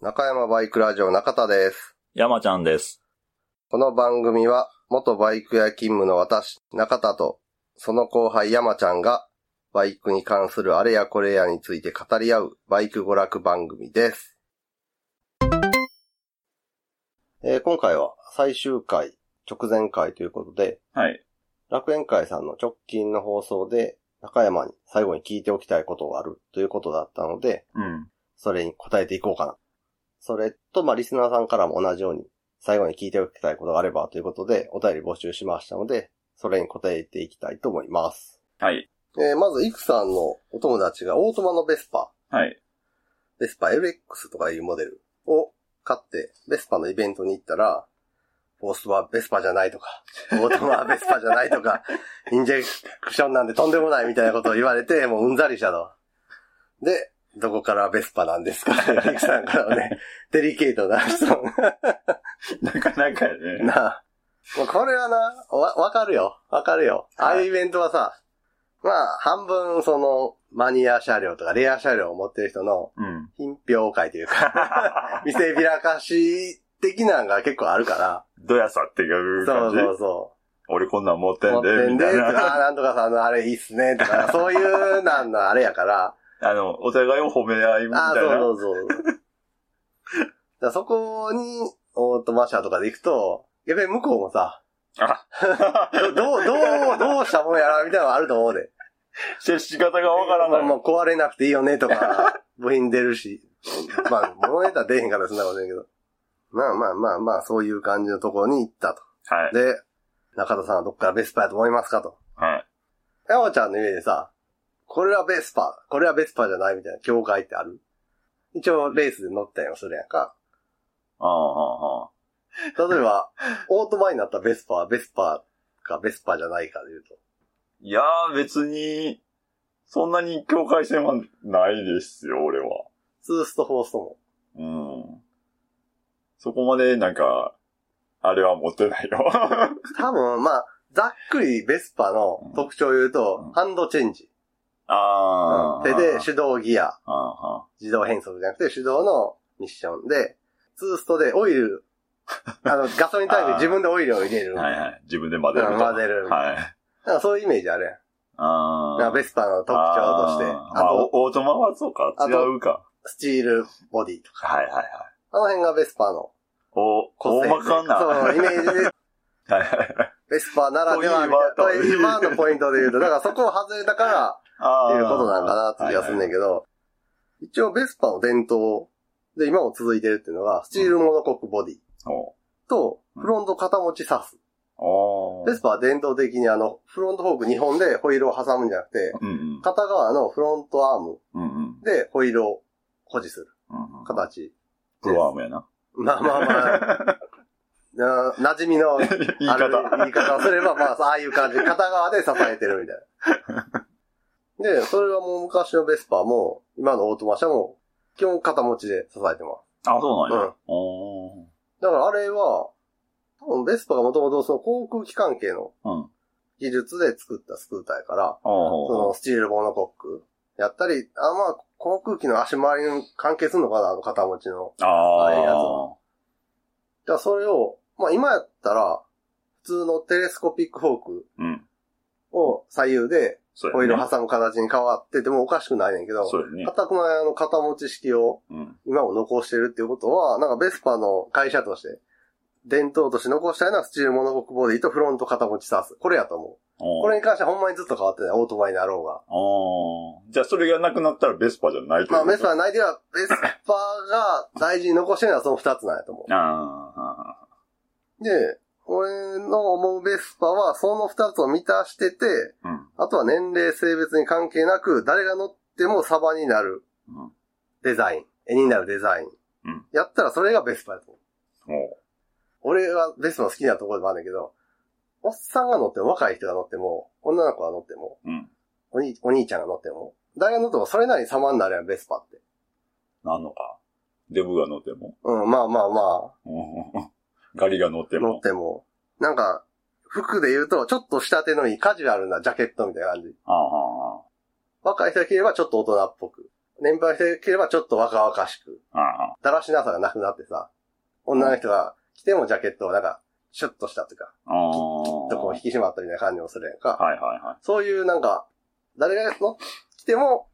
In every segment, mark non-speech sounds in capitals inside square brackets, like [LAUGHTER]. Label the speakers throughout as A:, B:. A: 中山バイクラジオ中田です。
B: 山ちゃんです。
A: この番組は、元バイク屋勤務の私、中田と、その後輩山ちゃんが、バイクに関するあれやこれやについて語り合う、バイク娯楽番組です。えー今回は最終回、直前回ということで、
B: はい。
A: 楽園会さんの直近の放送で、中山に最後に聞いておきたいことがあるということだったので、
B: うん。
A: それに答えていこうかな。それと、まあ、リスナーさんからも同じように、最後に聞いておきたいことがあればということで、お便り募集しましたので、それに答えていきたいと思います。
B: はい。
A: えーまず、イクさんのお友達がオートマのベスパ、
B: はい。
A: ベスパ LX とかいうモデルを買って、ベスパのイベントに行ったら、フォースはベスパじゃないとか、オートマはベスパじゃないと
B: [LAUGHS]
A: か、インジェクションなんでとんでもないみたいなことを言われて、もううんざりしたと。で、どこからベスパなんですかリクさんからの
B: [LAUGHS]
A: ね、デリケートな質問
B: なかなかやね。 [LAUGHS]
A: なあ。もうこれはな、わ、わかるよ。わかるよ。あ
B: はい
A: あいうイベントはさ、まあ、半分その、マニア車両とかレア車両を持ってる人の
B: うん。 [LAUGHS]
A: 品評会というか、見せびらかし的なんが結構あるから。
B: どやさっていう
A: そ
B: 感
A: う
B: じ。
A: そうそ
B: 俺こんなん持って
A: う。
B: んで、み
A: で、
B: た
A: あ
B: いな。 [LAUGHS]
A: あ、なんとかさんのあれいいっすね、とか、そういうなんのあれやから。
B: あの、お互いを褒め合いみ
A: ああ、
B: たいな。
A: そうそうそう。だからそこに、オートマ車とかで行くと、逆に向こうもさ、どう、どう、どうしたもんやら、みたいなのあると思うで。
B: [LAUGHS] 接し方がわから
A: も
B: な
A: う壊れなくていいよね、とか、部品出るし。まあ、物ネタ出へんからそんなことないけど。まあまあまあまあ、そういう感じのところに行ったと。
B: い。は
A: [LAUGHS]
B: い。
A: で、中田さんはどっからベスパやと思いますかと。
B: はい。
A: 山ちゃんの家でさ、これはベスパ、これはベスパじゃないみたいな境界ってある一応レースで乗ったりもするやんか。
B: ああ、あ
A: 例え
B: [LAUGHS]
A: ば、オートマになったベスパはベスパかベスパじゃないかで言うと。
B: いやー、別に、そんなに境界線はないですよ、俺は。
A: ツーストフォーストも。
B: うん。そこまで、なんか、あれは持ってないよ。
A: 多分、まあ、ざっくりベスパの特徴を言うと、
B: うん
A: ハンドチェンジ。
B: ああ。
A: 手で手動ギア、
B: ああ。
A: 自動変速じゃなくて手動のミッションで、ツーストでオイ
B: [LAUGHS]
A: ル、あの、ガソリンタイムに自分でオイルを入れる。
B: はいはい。自分で混ぜると。
A: うん混ぜる
B: はい。
A: なんかそういうイメージあるやん。
B: あ
A: なんかベスパの特徴として。
B: あー
A: あ
B: まあ、
A: と、
B: おオートマはそうか
A: あ。
B: 違
A: と
B: うか。
A: スチールボディとか。
B: はいはいはい。
A: あの辺がベスパの
B: お、
A: 個
B: 大
A: 性。
B: まかな。
A: そう、イメージで、
B: はいはい。
A: ベスパならではみ
B: [LAUGHS]
A: たいな。
B: といいわ
A: 今
B: と
A: のポイントで言うと、だからそこを外れたか
B: あ
A: ら、
B: あ。
A: っていうことなんかなって気がすんねん
B: け
A: けど、一応ベスパの伝統で今も続いてるっていうのが、スチールモノコックボディ
B: ど。お
A: と、
B: うん
A: フロント肩持ちサス。
B: おー
A: ベスパは伝統的にあの、フロントフォーク2本でホイールを挟むんじゃなくて、
B: うんうん。
A: 片側のフロントアーム
B: うんうん。
A: でホイールを保持する
B: うんうん。
A: 形。
B: プロアームやな。
A: まあまあまあ、
B: [LAUGHS]
A: な馴染みのある
B: 言い方。
A: 言い方をすれば、まあ、ああいう感じで、片側で支えてるみたい
B: [LAUGHS]
A: な。で、それはもう昔のベスパーも、今のオートマ車も、基本肩持ちで支えてま
B: あ、そうなん
A: うん
B: や。おー
A: す。だからあれは、多分ベスパーがもともとその航空機関係の
B: うん。
A: 技術で作ったスクーターやから、そ
B: おー
A: のスチールモノコックやったり、あ、まあ、航空機の足回りに関係するのかな、あの肩持ちの。
B: あ
A: あええやつ
B: あ。
A: だからそれを、まあ今やったら、普通のテレスコピックフォーク
B: うん。
A: を左右で
B: そう
A: ホイール
B: や
A: を
B: ね。
A: 挟む形に変わっててもおかしくないねんけど、
B: そうやね。
A: 片熊屋の肩持ち式を
B: うん。
A: 今も残してるっていうことは、なんかベスパの会社として、伝統として残したいのはスチールモノコックボディとフロント肩持ちサース。これやと思う。
B: おー
A: これに関してはほんまにずっと変わってない。オートマになろうが。
B: ああ。じゃあ、それがなくなったらベスパじゃないってこ
A: ま
B: と
A: あベスパの内定は、ベスパが大事に残してるのはその二つなんやと思
B: ああ。
A: う。で、俺の思うベスパはその二つを満たしてて、
B: うん。
A: あとは年齢、性別に関係なく、誰が乗ってもサバになる
B: うん。
A: デザイン、絵になるデザイン。
B: うん
A: やったらそれがベスパやと思う。
B: お
A: 俺はベスパの好きなところでもあるんだけど、おっさんが乗っても若い人が乗っても、女の子が乗っても、
B: ーうん。
A: おにお兄ちゃんが乗っても、誰が乗ってもそれなりに様になるやん、ベスパって。
B: なんのか。デブが乗っても。
A: うん、まあまあまあ、
B: うんガリが乗って
A: 乗
B: も
A: っ。ても。なんか、服で言うと、ちょっと仕立てのいいカジュアルなジャケットみたいな感じ。
B: ああ。
A: 若い人が着ればちょっと大人っぽく。年配してければちょっと若々しく、
B: あ
A: だらしなさがなくなってさ、女の人が着てもジャケットをなんか、シュッとしたというか、
B: あ。あ
A: ちょっとこう引き締まったみたいな感じもするやん
B: あ。
A: か。
B: はいはいは
A: そういうなんか、誰がの着ても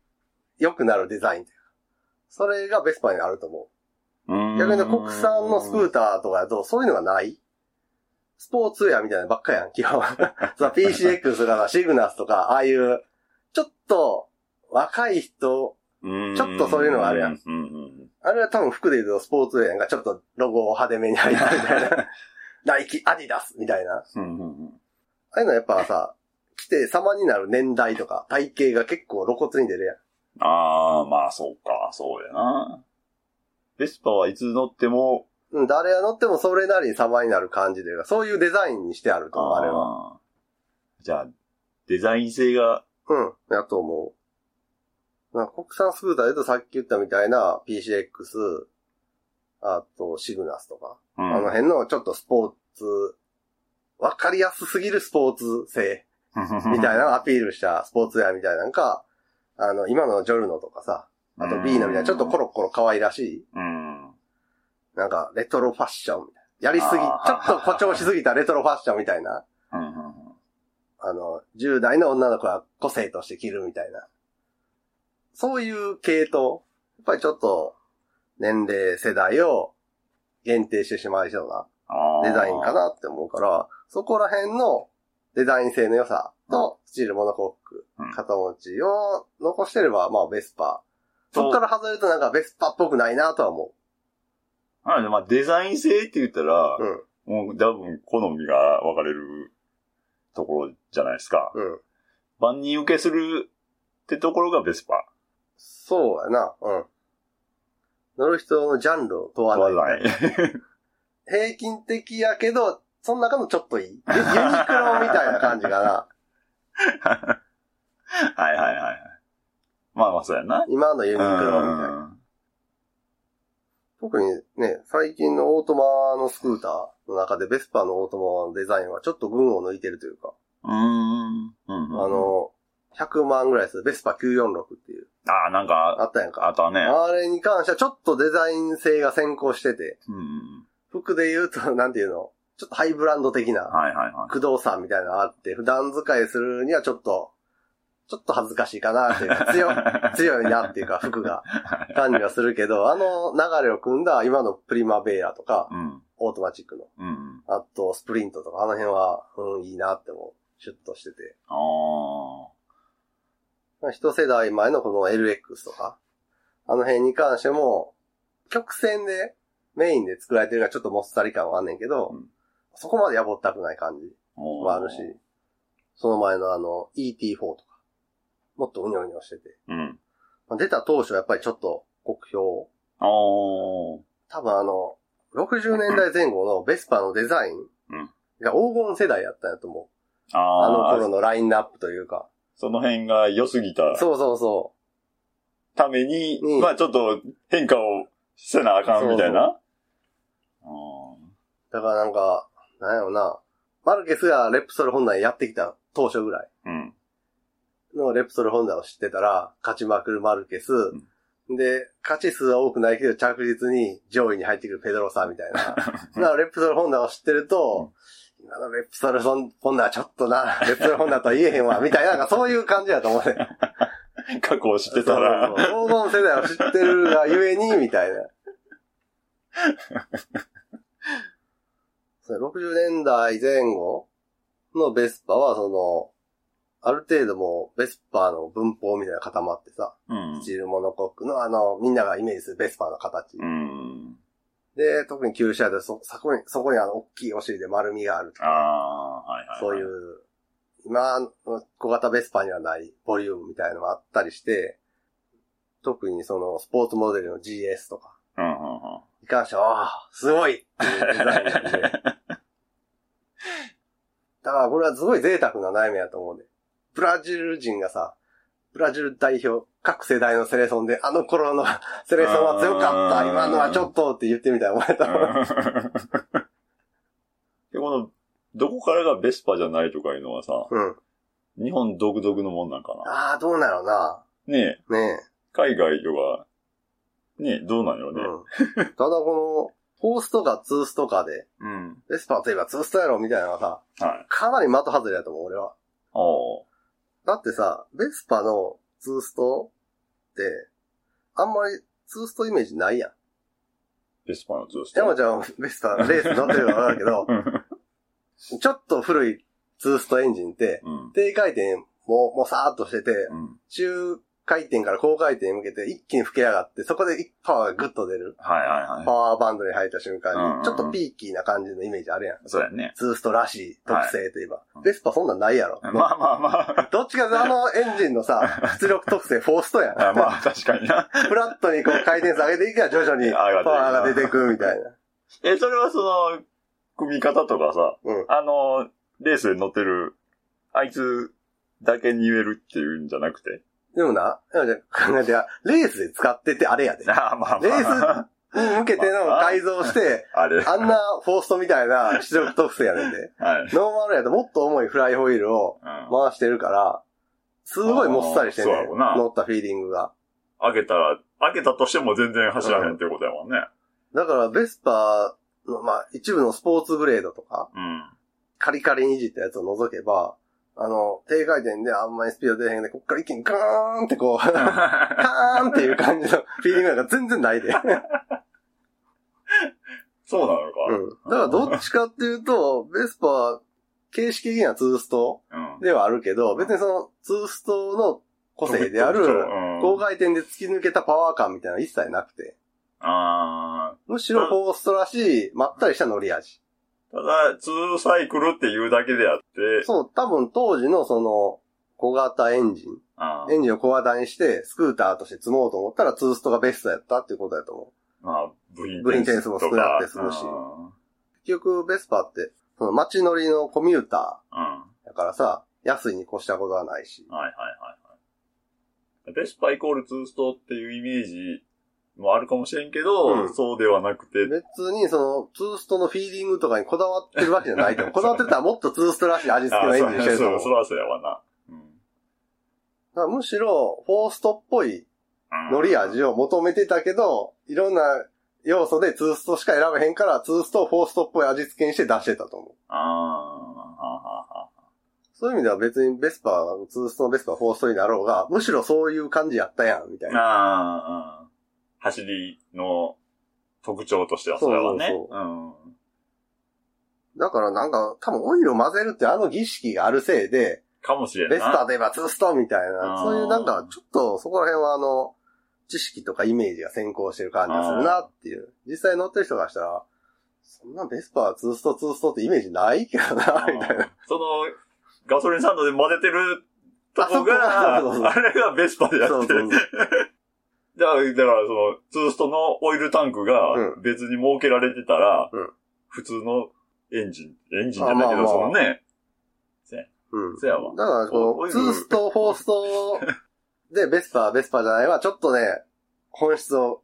A: 良くなるデザインというかそれがベスパにあると思う。
B: い。うーん
A: 逆に言うと国産のスクーターとかだと、そういうのがないスポーツウェアみたいなのばっかやん、基本。 [LAUGHS] その PCX とかシグナスとか、ああいう、ちょっと、若い人、
B: うん
A: ちょっとそういうのがあるやん。
B: うんうん
A: あれは多分服で言うとスポーツウェアがちょっとロゴを派手めに入ったみたい
B: [LAUGHS]
A: な。ナイキ、アディダスみたいな。あ
B: うんうんうん
A: あいうのはやっぱさ、来て様になる年代とか体型が結構露骨に出るやん。
B: ああ、まあそうか、そうやな。ベスパはいつ乗っても、
A: うん、誰が乗ってもそれなりに様になる感じで、そういうデザインにしてあると思う、あれは。
B: は。じゃあ、デザイン性が、
A: うん、やと思う。なんか国産スクーターで言うとさっき言ったみたいな PCX、あとシグナスとか、
B: うん
A: あの辺のちょっとスポーツ、わかりやすすぎるスポーツ性みたいなのをアピールしたスポーツウェアみたいなのか、あの、今のジョルノとかさ、あとビーナみたいなちょっとコロコロ可愛らしい、
B: うん。
A: なんかレトロファッションみたいな。やりすぎ、ちょ
B: あー
A: っと誇張しすぎたレトロファッションみたいな。
B: うんうんうん
A: あの、10代の女の子は個性として着るみたいな。そういう系統。やっぱりちょっと、年齢、世代を限定してしまいそうな
B: あー
A: デザインか。なって思うから、そこら辺のデザイン性の良さと、スチールモノコック
B: うん、
A: 肩持ちを残してれば、まあベスパ。そっから外れるとなんかベスパっぽくないなとは思
B: なので、まあデザイン性って言ったら
A: う。、うん、
B: もう多分好みが分かれるところじゃないですか。
A: うん。
B: 万人受けするってところがベスパ。
A: そうやな、うん。乗る人のジャンルを問わない
B: 問。わない。
A: 平均的やけど、その中のちょっといい。ユユニクロみたいな感じか
B: [LAUGHS]
A: な。
B: [LAUGHS] はいはいはいはい。まあまあそうやな。
A: 今のユニクロみたいな。
B: うん
A: 特にね、最近のオートマのスクーターの中でベスパのオートマのデザインはちょっと群を抜いてるというか、
B: うん。うんうん
A: あ、の、100万ぐらいするベスパ946っていう、
B: ああ、なんか、
A: あったやんか。
B: あとはね、
A: あれに関してはちょっとデザイン性が先行してて、
B: うん。
A: 服で言うと、 [LAUGHS] なんていうの、ちょっとハイブランド的な、
B: はいはいは
A: 駆動さんみたいなのがあって、普段使いするにはちょっと、ちょっと恥ずかしいかなっていう [LAUGHS] か、強い、
B: い。
A: 強いなっていうか、服 [LAUGHS] が、感じはするけど、あの流れを組んだ今のプリマベーラとか、
B: うん。
A: オートマチックの、
B: うん。
A: あとスプリントとか、あの辺は、うん、いいなって思う。シュッとしてて。
B: ああ。
A: 一世代前のこの LX とか、あの辺に関しても、曲線で、メインで作られてるからちょっともっさり感はあんねんけど、
B: うん
A: そこまでやぼったくない感じ
B: おー
A: もあるし、その前のあの ET4 とか、もっとうにょうにょしてて、
B: うん。
A: まあ出た当初はやっぱりちょっと国評
B: おー。
A: 多分あの、60年代前後のベスパのデザイン
B: うん
A: が黄金世代やったんやと思
B: あ
A: う。あ
B: あ
A: の頃のラインナップというか。
B: その辺が良すぎ [LAUGHS] た
A: そうそうそ
B: ために、
A: うん
B: まあちょっと変化をせなあかんみたいな。あ
A: う。だからなんか、なんやろな。マルケスがレプソル本ンダやってきた当初ぐらい
B: ーうん。
A: のレプソル本ンダを知ってたら、勝ちまくるマルケス。で、勝ち数は多くないけど着実に上位に入ってくるペドロさんみたいな。だからレプソル本ンダを知ってると、今のレプソル本ンダはちょっとな、レプソル本ンダとは言えへんわ、みたいな、なんかそういう感じやと思うね。
B: 過去を知ってたら。
A: そうそう黄金世代を知ってるがゆえに、みたいな。それ60年代前後のベスパは、その、ある程度もうベスパの文法みたいなの固まってさ、
B: うん
A: スチールモノコックのあの、みんながイメージするベスパの形。
B: うん。
A: で、特に旧車でそ、そこに、そこにあの、大きいお尻で丸みがあると
B: あ
A: か、
B: あ、はいはい。
A: そういう。、今の小型ベスパにはないボリュームみたいなのがあったりして、特にそのスポーツモデルの GS とか、
B: うんうんうん。
A: に関しては、ああ、すごいっていうデザイ
B: [LAUGHS]
A: ンなんで。だからこれはすごい贅沢な悩みやと思うね。ブラジル人がさ、ブラジル代表、各世代のセレソンで、あの頃のセレソンは強かっ
B: う
A: た、
B: ん
A: 今のはちょっとって言ってみたいな思えたもん
B: で、この、どこからがベスパじゃないとかいうのはさ、
A: うん。
B: 日本独特のもんなんか
A: ああ、どうなのな。
B: な。ねえ。
A: ねえ。
B: 海外では、ね、どうなんよね。
A: うん。ただこの、フォースとかツースとかで、
B: うん。
A: ベスパーといえばツーストやろみたいなのがさ、
B: はい。
A: かなり的外れだと思う、俺は。
B: お
A: だってさ、ベスパのツーストって、あんまりツーストイメージないやん。
B: ーベスパのツースト。
A: 山ちゃんはベスパレースに乗ってるのはわかるけど、
B: [LAUGHS]
A: ちょっと古いツーストエンジンって、
B: うん。
A: 低回転も、もさーっとしてて、
B: うん。
A: 中回転から高回転に向けて一気に吹け上がって、そこで一パワーがグッと出る。
B: はいはい
A: パ
B: は
A: ワーバンドに入った瞬間
B: うん
A: に、ちょっとピーキーな感じのイメージあるやん。
B: い。そうやね。
A: ツーストらしい特性といえば。
B: い
A: ベスパそんなんないやろ。
B: [LAUGHS] まあまあまあ。
A: どっちかというとあのエンジンのさ、
B: [LAUGHS]
A: 出力特性フォーストやん。
B: あまあ確かにな。
A: フラットにこう回転数上げていけば徐々に
B: 上
A: パ
B: がっていく
A: ワーが出てくみたいな。
B: え、それはその、組み方とかさ、
A: うん
B: あの、レースに乗ってる、あいつだけに言えるっていうんじゃなくて。
A: でもな、でもじゃあ考えてや、レースで使っててあれやで。
B: [LAUGHS] ああ、まあまあ。
A: レーに向けての改造して、
B: [LAUGHS] あれ。
A: あんなフォーストみたいな出力特性やねんで。
B: はい。
A: ノーマルやともっと重いフライホイールを
B: うん
A: 回してるから、すごいもっさりしてんね
B: あーそうやろ
A: ん。
B: な
A: 乗ったフィーリングが。
B: 開けたら、開けたとしても全然走らへんってことやもんね。
A: だから、ベスパーの、まあ、一部のスポーツグレードとか、
B: うん。 [LAUGHS]
A: カリカリにいじったやつを除けば、あの、低回転であんまりスピード出へんで、こっから一気にガーンってこう、ガーンっていう感じ
B: [LAUGHS]
A: のフィーリングなんか全然ないで。うん。だか
B: そうなのか。
A: ら、どっちかっていうと、ベスパー、形式的にはツースト
B: うん。
A: ではあるけど、別にその、ツーストの個性である、
B: う
A: 高
B: ん、
A: 回転で突き抜けたパワー感みたいなの一切なくて、
B: あ
A: むしろフォーストらしい、まったりした乗り味。
B: ーただ、ツーサイクルっていうだけであって、
A: そう、多分当時のその、小型エンジン。
B: あー
A: エンジンを小型にして、スクーターとして積もうと思ったら、ツーストがベストやったっていうことだと思
B: まあ、部品
A: 部品点数も少なくて済むし
B: うん。
A: う。結局、ベスパって、その街乗りのコミュータ
B: うん
A: ーだからさ、安いに越したことはないし。
B: はいはいはいはい。ベスパイコールツーストっていうイメージもあるかもしれんけど、
A: うん
B: そうではなくて、
A: 別に、その、ツーストのフィーリングとかにこだわってるわけじゃないと思
B: [LAUGHS]
A: う。こだわってたらもっとツーストらしい味付け
B: あ
A: の
B: ー
A: エ
B: そ
A: ンジンにしてる
B: う
A: と思。
B: そうう、そらそうやわな。うん
A: だからむしろ、フォーストっぽい乗り味を求めてたけど、いろんな要素でツーストしか選べへんから、ツーストをフォーストっぽい味付けにして出してたと思う。
B: あーあ
A: そういう意味では別にベスパー、ツーストのベスパーフォーストになろうが、むしろそういう感じやったやん、みたい
B: ー、あー、あー
A: な。
B: あー、走りの特徴としてはそれはね。
A: そうそう
B: うん
A: だからなんか、多分オイルを混ぜるってあの儀式があるせいで、
B: かもしれん
A: ベ
B: ない。
A: スパーといえばツーストみたいな、
B: あー
A: そういうなんか、ちょっとそこら辺はあの、知識とかイメージが先行してる感じがするなっていう。実際乗ってる人がしたら、そんなベスパー、ツースト、ツーストってイメージないけどな、みたいな。
B: その、ガソリンサンドで混ぜてるとこ
A: あ
B: が、あ
A: そこそうそうそう
B: れがベスパであって。
A: そうそうそう
B: だから、だからその、ツーストのオイルタンクが
A: う
B: 別に設けられてたら、
A: うん
B: 普通のエンジン、エンジンじゃないけど、
A: あまあ
B: そ
A: まあ
B: のね、
A: うん。
B: そやわ。
A: だから、こ
B: オイ
A: の、
B: ル
A: ツースト、フォーストで、ベスパー、ベスパーじゃないは、ちょっとね、本質を、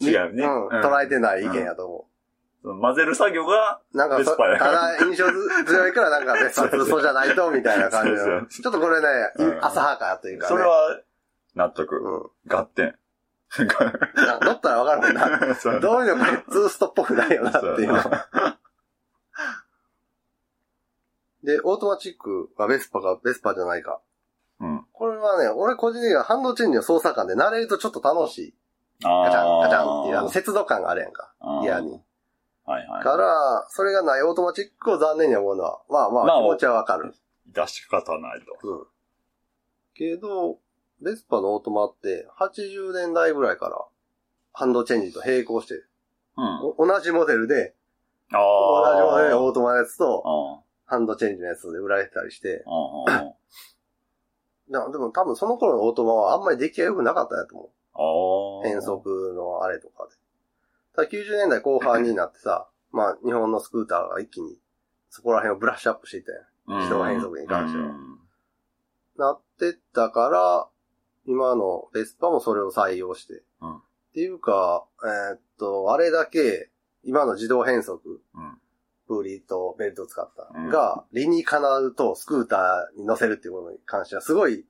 A: み
B: 違うね
A: ん
B: うん
A: 捉えてない意見やと思
B: その混ぜる作業が、
A: う。なんか
B: ベ
A: そ、
B: スパーや
A: ただ印象強いから、なんか、ベスパー、ツーストじゃないと、みたいな感じ
B: そうそ
A: の。
B: う
A: ちょっとこれね
B: う、ん
A: 浅はかというかね。
B: それは、納得。
A: う
B: 合
A: [LAUGHS]
B: 点。
A: ん。な乗ったらわかるもんな。
B: そう
A: どういうのこれ、ツーストっぽくないよな、っていうの。で、オートマチックがベスパか、ベスパじゃないか。
B: うん。
A: これはね、俺個人的にはハンドチェンジの操作感で慣れるとちょっと楽しい。
B: あ
A: ガ
B: ー
A: チャン、ガチャンっていう、あの、節度感があるやんか。
B: あー
A: ギアに。
B: はいはい。
A: から、それがないオートマチックを残念に思うのは、まあまあ、
B: まあ
A: 気持ちはわかる。
B: 出し方ないと。
A: うん。けど、ベスパのオートマって、80年代ぐらいから、ハンドチェンジと並行して、
B: うん。あ
A: お同じモデルで、
B: あ
A: 同じモデルで
B: ー。
A: オートマのやつと、
B: あー
A: ハンドチェンジのやつで売られてたりして、
B: あーあー
A: なでも多分その頃のオートマはあんまり出来が良くなかったんやと思 [LAUGHS]
B: ああ。
A: う。変。速のあれとかで。ただ90年代後半になってさ、まあ日本のスクーターが一気に、そこら辺をブラッシュアップしていったやん。自動変速に関しては
B: うん
A: なってったから、今のベスパもそれを採用して。
B: うん
A: っていうか、えーっと、あれだけ、今の自動変速、
B: うん
A: プーリーとベルトを使った、
B: うん
A: が、理にかなうとスクー
B: [LAUGHS]
A: ターに乗せるっていうことに関しては、すごい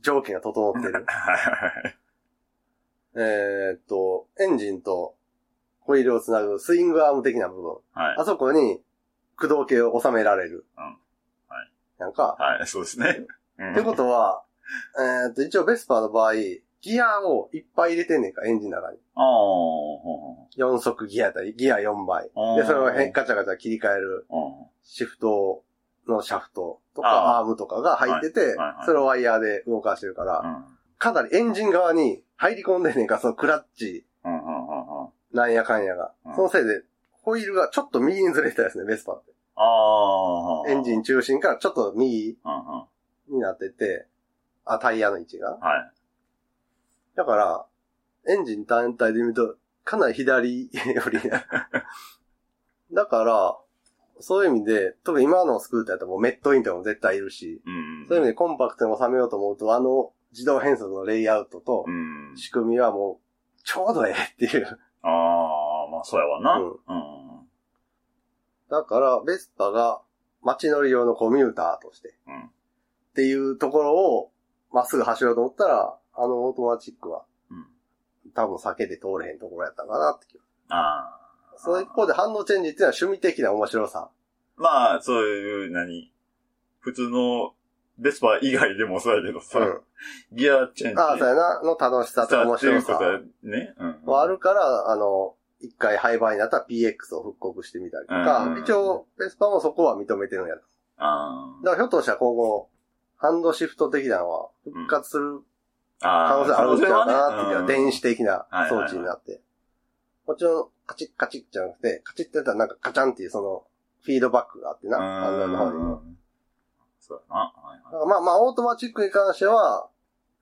A: 条件が整ってる。えーっと、エンジンとホイールをつなぐスイングアーム的な部分。
B: はい。
A: あそこに駆動系を収められる。
B: うんは
A: なんか、
B: はい、そうですね。うん
A: ってことは、えーっと、一応ベスパーの場合、ギアをいっぱい入れてんねんか、エンジンの中に。
B: ああ、ほ
A: 4速ギアやったり、ギア4倍。
B: うほう
A: で、それをへんガチャガチャ切り替える
B: うんは
A: シフトのシャフトと
B: あ
A: かアームとかが入ってて
B: はいはい、
A: それをワイヤーで動かしてるから、
B: うん
A: かなりエンジン側に入り込んでんねんか、そのクラッチ、
B: うんうんうんうん
A: なんやかんやが
B: うん。
A: そのせいで、ホイールがちょっと右にずれてたですね、ベスパって。
B: ああ。
A: エンジン中心からちょっと右
B: うんうん。は
A: になってて、あ、タイヤの位置が。
B: い。
A: だから、エンジン単体で見ると、かなり左より [LAUGHS] な。だから、そういう意味で、特に今のスクーターやったらもうメットインとかも絶対いるし、
B: うん。
A: そういう意味
B: 味
A: でコンパクトに収めようと思うと、あの自動変速のレイアウトと
B: う、ん。
A: 仕組みはもう、ちょうどええっていう。
B: ああ、まあそうやわな。
A: う
B: うんん。うん。
A: だから、ベスパが街乗り用のコミューターとして、
B: うん
A: っていうところを、まっすぐ走ろうと思ったら、あのオートマチックは
B: うん。
A: 多分避けて通れへんところやったかなって気が。
B: ああ。
A: その一方で反応チェンジっていうのは趣味的な面白さ。
B: まあ、そういう、何普通のベスパ以外でもそうやけどさ、
A: うん。
B: ギアチェンジ。
A: ああ、そうやな、の楽しさと面
B: ってい
A: 白
B: うこ
A: さ
B: とやね。うん。
A: はあるから、あの、一回廃盤になったら PX を復刻してみたりとか、
B: うん
A: 一応、ベスパもそこは認めてるんやと。
B: あ
A: だからひょっとしたら今後、ハンドシフト的なのは復活する
B: あ。あ
A: 可能性あるんちゃうかなっていう
B: 可能性は
A: か、
B: ね
A: 電子的な装置になって。もちろん、カチッカチッじゃなくて、カチッってやったらなんかカチャンっていうその、フィードバックがあってな、
B: うん
A: ハンドルの方にも。
B: そうやな。はい
A: だ
B: は
A: からまあまあ、オートマチックに関しては、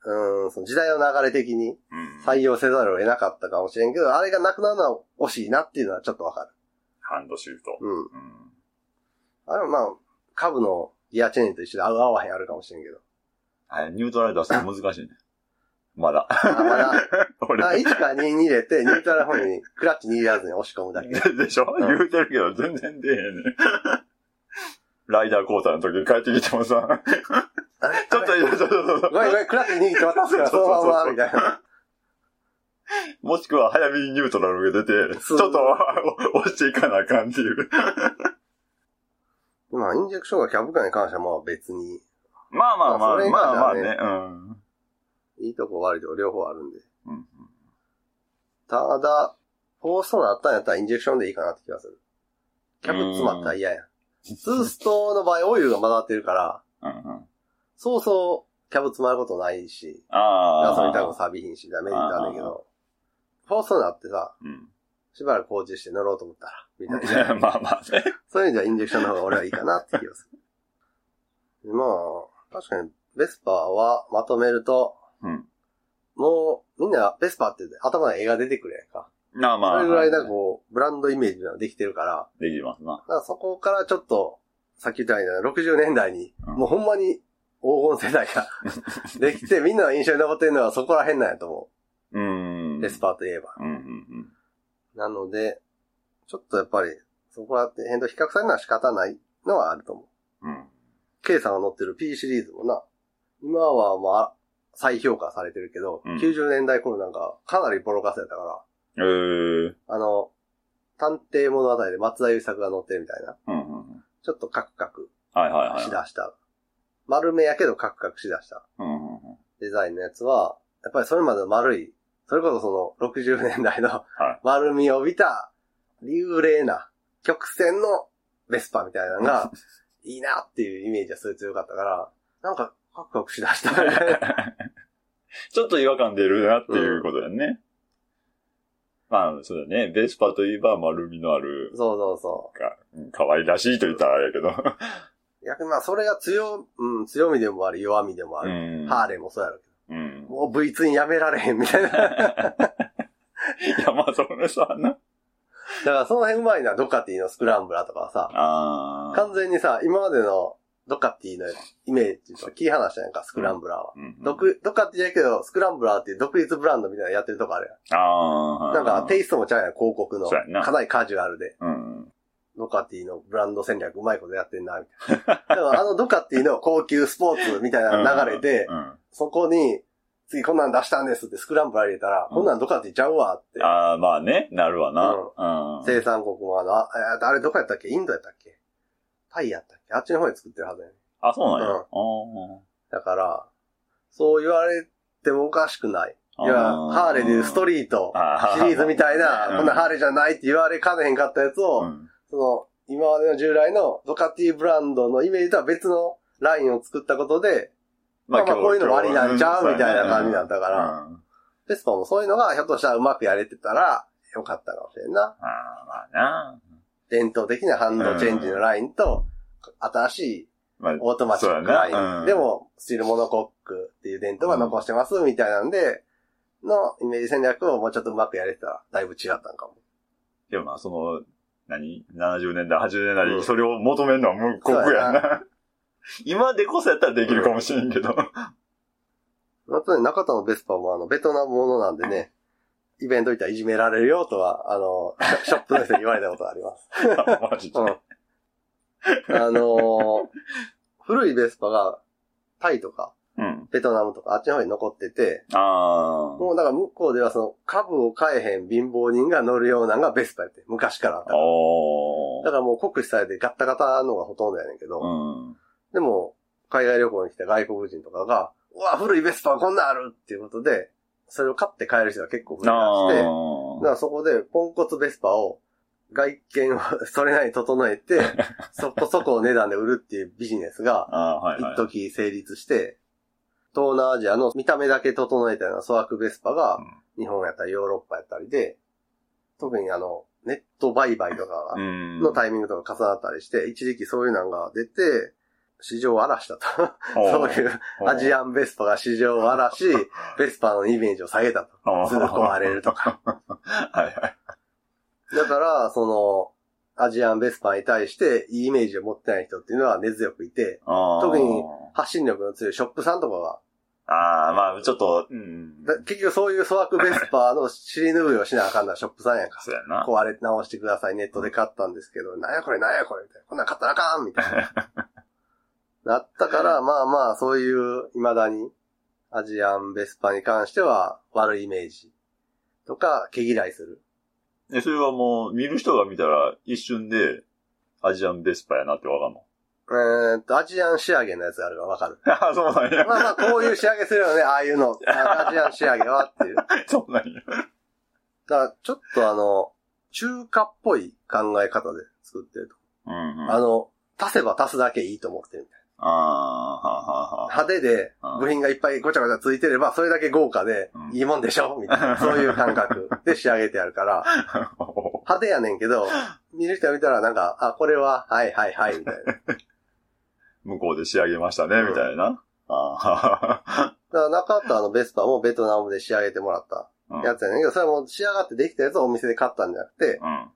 A: うーん、その時代の流れ的に
B: い。うん。
A: 採用せざるを得なかったかもしれんけど、あれがなくなるのは惜しいなっていうのはちょっとわかる。
B: ハンドシュート。
A: うん。
B: うん。
A: あれはまあ、株のギアチェーンと一緒で合う合わへんあるかもしれんけど。
B: はい、ニュートラル出すの難しいね。ま [LAUGHS] だ。
A: あまだ、
B: 俺、
A: あ1か2に入れて、ニュートラル方にクラッチ握らずに押し込むだけ。
B: でしょ、
A: うん
B: 言うてるけど、全然出えへんね。ライダー交代の時に帰ってきても [LAUGHS] さ、
A: あれ
B: ちょっと、ちょっとちょっと
A: ごめんごめん、クラッチ握って渡すから、そのまんま、みたいな。
B: もしくは早めにニュートラルが出て、ち
A: そ
B: ょ
A: う
B: っとお押していかなあかんっていう。
A: まあ、インジェクションがキャブカに関してはまあ別に、
B: まあまあま
A: まあそ
B: あ、
A: れ以
B: ま
A: 外
B: あまあ
A: じゃ
B: ね、
A: いいとこ悪いとこ両方あるんで。
B: うん。うん
A: ただ、フォーストのあったんやったらインジェクションでいいかなって気がする。キャブ詰まったら嫌やん。ツーストの場合オイルが混ざってるから、
B: うんうん
A: そうそうキャブ詰まることないし、
B: あ
A: ガ
B: あ。
A: ソリンタンクも錆びひんし、ダメージだねんけど、フォーストになってさ、
B: うん。
A: しばらく工事して乗ろうと思ったら、みたい
B: [LAUGHS]
A: な。
B: まあまあね。
A: そういう意味ではインジェクションの方が俺はいいかなって気が
B: [LAUGHS]
A: する。まあ、確かに、ベスパーはまとめると、
B: うん
A: もう、みんなベスパーって頭に絵が出てくるやんか。
B: まあまあ。
A: それぐらいなんか
B: は
A: こう、ブランドイメージができてるから、
B: いできますな。
A: だからそこからちょっと、さっき言ったように60年代に、
B: うん
A: もうほんまに黄金世代が [LAUGHS] できて、みんなの印象に残ってるのはそこら辺なんやと思
B: う
A: う。
B: ん。
A: ベスパーといえば。
B: うんうんうん。
A: なので、ちょっとやっぱり、そこら辺と比較されるのは仕方ないのはあると思う。
B: うん。
A: K さんが乗ってる P シリーズもな、今はまあ、再評価されてるけど、
B: うん
A: 90年代頃なんかかなりボロカスやったか
B: えー。
A: ら、あの、探偵物語で松田優作が乗ってるみたいな、
B: うんうんうん。
A: ちょっとカクカク
B: はいはいはい。
A: しだした。丸めやけどカクカクしだした
B: うんうんうん。
A: デザインのやつは、やっぱりそれまでの丸い、それこそその60年代の
B: い
A: 丸みを帯びた、流麗な曲線のベスパみたいなのが、 [LAUGHS] いいなっていうイメージはすごい強かったから、なんかカクカクしだ
B: [LAUGHS]
A: したみたいな。
B: ちょっと違和感出るなっていうことだよね。まあ、そうだね。ベスパといえば丸みのある、
A: そうそうそ
B: か、うん可愛らしいと言ったらあれやけど。
A: う。逆にまあそれが強、うん、強みでもあり、弱みでもあ
B: う
A: る。
B: ん。
A: ハーレーもそうやろうけ
B: うん
A: ど。。
B: [LAUGHS]
A: もう V2 にやめられへんみたいな。だか
B: いや、まあ、それさ、な。
A: らその辺うまいな、ドカティのスクランブラーとかはさ、
B: あー
A: 完全にさ、今までのドカティのイメージと切り離したやんか、スクランブラーは。
B: うん
A: 独、ドカティやけど、スクランブラーっていう独立ブランドみたいなのやってるとこある
B: あ
A: や
B: あ。
A: ん。なんか、テイストもちゃうやん、広告の。
B: そうやんな
A: かなりカジュアルで、
B: うん。
A: ドカティのブランド戦略うまいことやってんな、み
B: [LAUGHS]
A: たいな。でもあのドカティの高級スポーツみたいな流れで、
B: うん。
A: そこに、次こんなん出したんですってスクランブル入れたら、
B: うん
A: こんなんどっかってちゃうわって。
B: ああ、まあね、なるわな。うん。
A: 生産国もあの、あえーとあれどこやったっけインドやったっけタイやったっけあっちの方で作ってるはずやね。
B: あ、そうなんや。
A: うん
B: あー
A: だから、そう言われてもおかしくない。いや、
B: あ
A: ハーレーでスト
B: リ
A: リート
B: あー
A: シリーズみたいな、
B: うん
A: こんなハーレーじゃないって言われかねへんかったやつを、
B: うん
A: その、今までの従来のドカティブランドのイメージとは別のラインを作ったことで、まあまあこういうのもありなんちゃうみたいな感じだったから。
B: 今日うん
A: ベスパもそういうのがひょっとしたらうまくやれてたら、よかったかもしれんな。
B: ああ、まあな。
A: 伝統的なハンドチェンジのラインと、新しい
B: まあ、
A: オートマチックライ
B: そうやなう
A: ン。
B: ん
A: でも、スチールモノコックっていう伝統は残してますみたいなんで、のイメージ戦略をもうちょっとうまくやれてたら、だいぶ違ったんかも。
B: でもまあ、その、何 ?70 年代、80年代にそれを求めるのは無国や
A: そうや
B: な。 [LAUGHS] 今でこそやったらできるかもしれんけど。
A: [LAUGHS] あとね、中田のベスパもあの、ベトナムものなんでね、イベント行ったらいじめられるよとは、あの、ショップ [LAUGHS] の人に言われたことがあります。
B: マジで。
A: うん。あのー古いベスパが、タイとか、
B: うん。
A: ベトナムとか、あっちの方に残ってて、
B: あ
A: もうだから向こうではその株を買えへん貧乏人が乗るようなのがベスパやって、昔からあった
B: あ。
A: から。
B: お
A: だからもう酷使されてガッタガタのがほとんどやねんけど、
B: うん。
A: でも海外旅行に来た外国人とかが、うわ、古いベスパこんなんあるっていうことで、それを買って買える人が結構増え
B: あ
A: まして、だか
B: ー
A: らそこでポンコツベスパを外見をそれなりに整え
B: [LAUGHS]
A: て、そこそこの値段で売るっていうビジネスが、
B: あー、はいはい
A: 一。時成立して、東南アジアの見た目だけ整えたような粗悪ベスパが
B: うん、
A: 日本やったりヨーロッパやったりで、特にあの、ネット売買とか
B: うん
A: のタイミングとか重なったりして、一時期そういうのが出て、市場を荒らしたと。 [LAUGHS] そういうアジ
B: ア。
A: アンベスパが市場を荒らし、ベスパのイメージを下げたと。
B: あー
A: すぐ壊れるとか。
B: [LAUGHS] はいはい。
A: だから、その、アジアンベスパに対していいイメージを持ってない人っていうのは根強くいて、
B: あー
A: 特に発信力の強いショップさんとかが
B: ああ、まあ、ちょっと、うん。
A: だ結局そういう粗悪ベスパーの尻拭いをしなあかんのはショップさんやんか。
B: そうやな。
A: 壊れ直してください、ネットで買ったんですけど、なんやこれなんやこれみたいな。こんなん買ったらあかんみたい
B: [LAUGHS]
A: な。なったから、まあまあ、そういう、未だに、アジアンベスパーに関しては、悪いイメージ。とか、毛嫌いする。
B: で、それはもう、見る人が見たら、一瞬で、アジアンベスパやなってわかんの。
A: えーっと、アジアン仕上げのやつがあるからわ
B: [LAUGHS]
A: かる。
B: ああ、そうなんや。
A: まあまあ、こういう仕上げするよね、ああいうの。あアジアン仕上げはっていう。だか
B: そうなんや。
A: ら、ちょっとあの、中華っぽい考え方で作ってると
B: うん、うん。
A: あの、足せば足すだけいいと思ってるみたい
B: ああ、はあはあはあ。
A: な。派手で
B: うん、
A: 部品がいっぱいごちゃごちゃついてれば、それだけ豪華で
B: う、ん
A: いいもんでしょみたい
B: [LAUGHS]
A: な。そういう感覚で仕上げてやるから、派手やねんけど、見る人が見たらなんか、あ、これは、はいはいはい、みたいな。だか
B: 向こうで仕上げましたね、みたいな。ああ、
A: ら中田のベスパもベトナムで仕上げてもらった
B: うん。
A: やつやねんけど、それはもう仕上がってできたやつをお店で買ったんじゃなくて、
B: うん。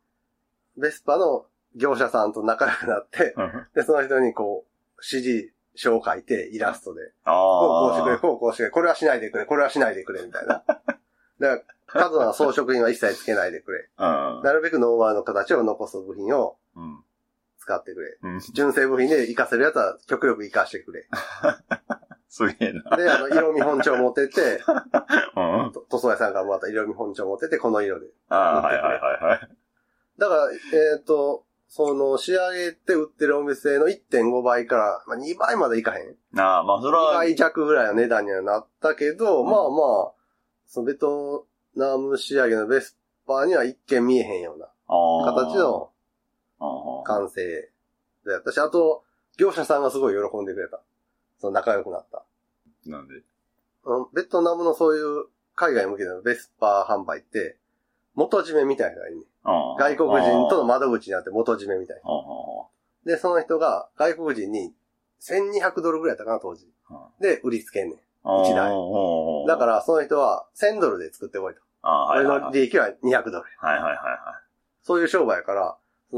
A: ベスパの業者さんと仲良くなって、
B: うん
A: で、その人にこう、指示書を書いて、イラストで
B: あ
A: こうこうしてくれ、
B: あ。
A: こうこうしてくれ、これはしないでくれ、これはしないでくれ、みたいな。だから、過度な装飾品は一切つけないでくれ。
B: うん
A: なるべくノーマルの形を残す部品を
B: うん。
A: 使ってくれ。
B: うん。
A: 純正部品で活かせるやつは極力活かして
B: [LAUGHS]
A: くれ。
B: すげえな。
A: で、あの、色見本帳持って
B: [LAUGHS]
A: って、
B: うん。あ
A: と塗装屋さんからもらった色見本帳持ってって、この色で。
B: あ、はいはいはいはい。
A: だから、えっ、と、その、仕上げて売ってるお店の1.5倍から、まあ、2倍までいかへん。
B: ああ、まあ、それ
A: 2
B: は、
A: 倍弱ぐらいの値段にはなったけど、
B: うん
A: まあまあ、そのベトナム仕上げのベスパーには一見見えへんような
B: ああ
A: 形の
B: ああ
A: 完成でやったし、あと、業者さんがすごい喜んでくれた。その仲良くなった。
B: なんで。
A: うんベトナムのそういう海外向けのベスパー販売って、元締めみたいなのがいいね。
B: ああ
A: 外国人との窓口になって元締めみたいな。
B: ああああ
A: で、その人が外国人に1200ドルぐらいだったかな、当時
B: うん。
A: で、売りつけんねん。
B: ああ
A: 一台
B: おー
A: だから、その人は1000ドルで作ってこいと。
B: ああ、はい
A: 俺
B: はい
A: の
B: はい。
A: 利益は200ドル。
B: はいはいはい
A: そういう商売やから、そ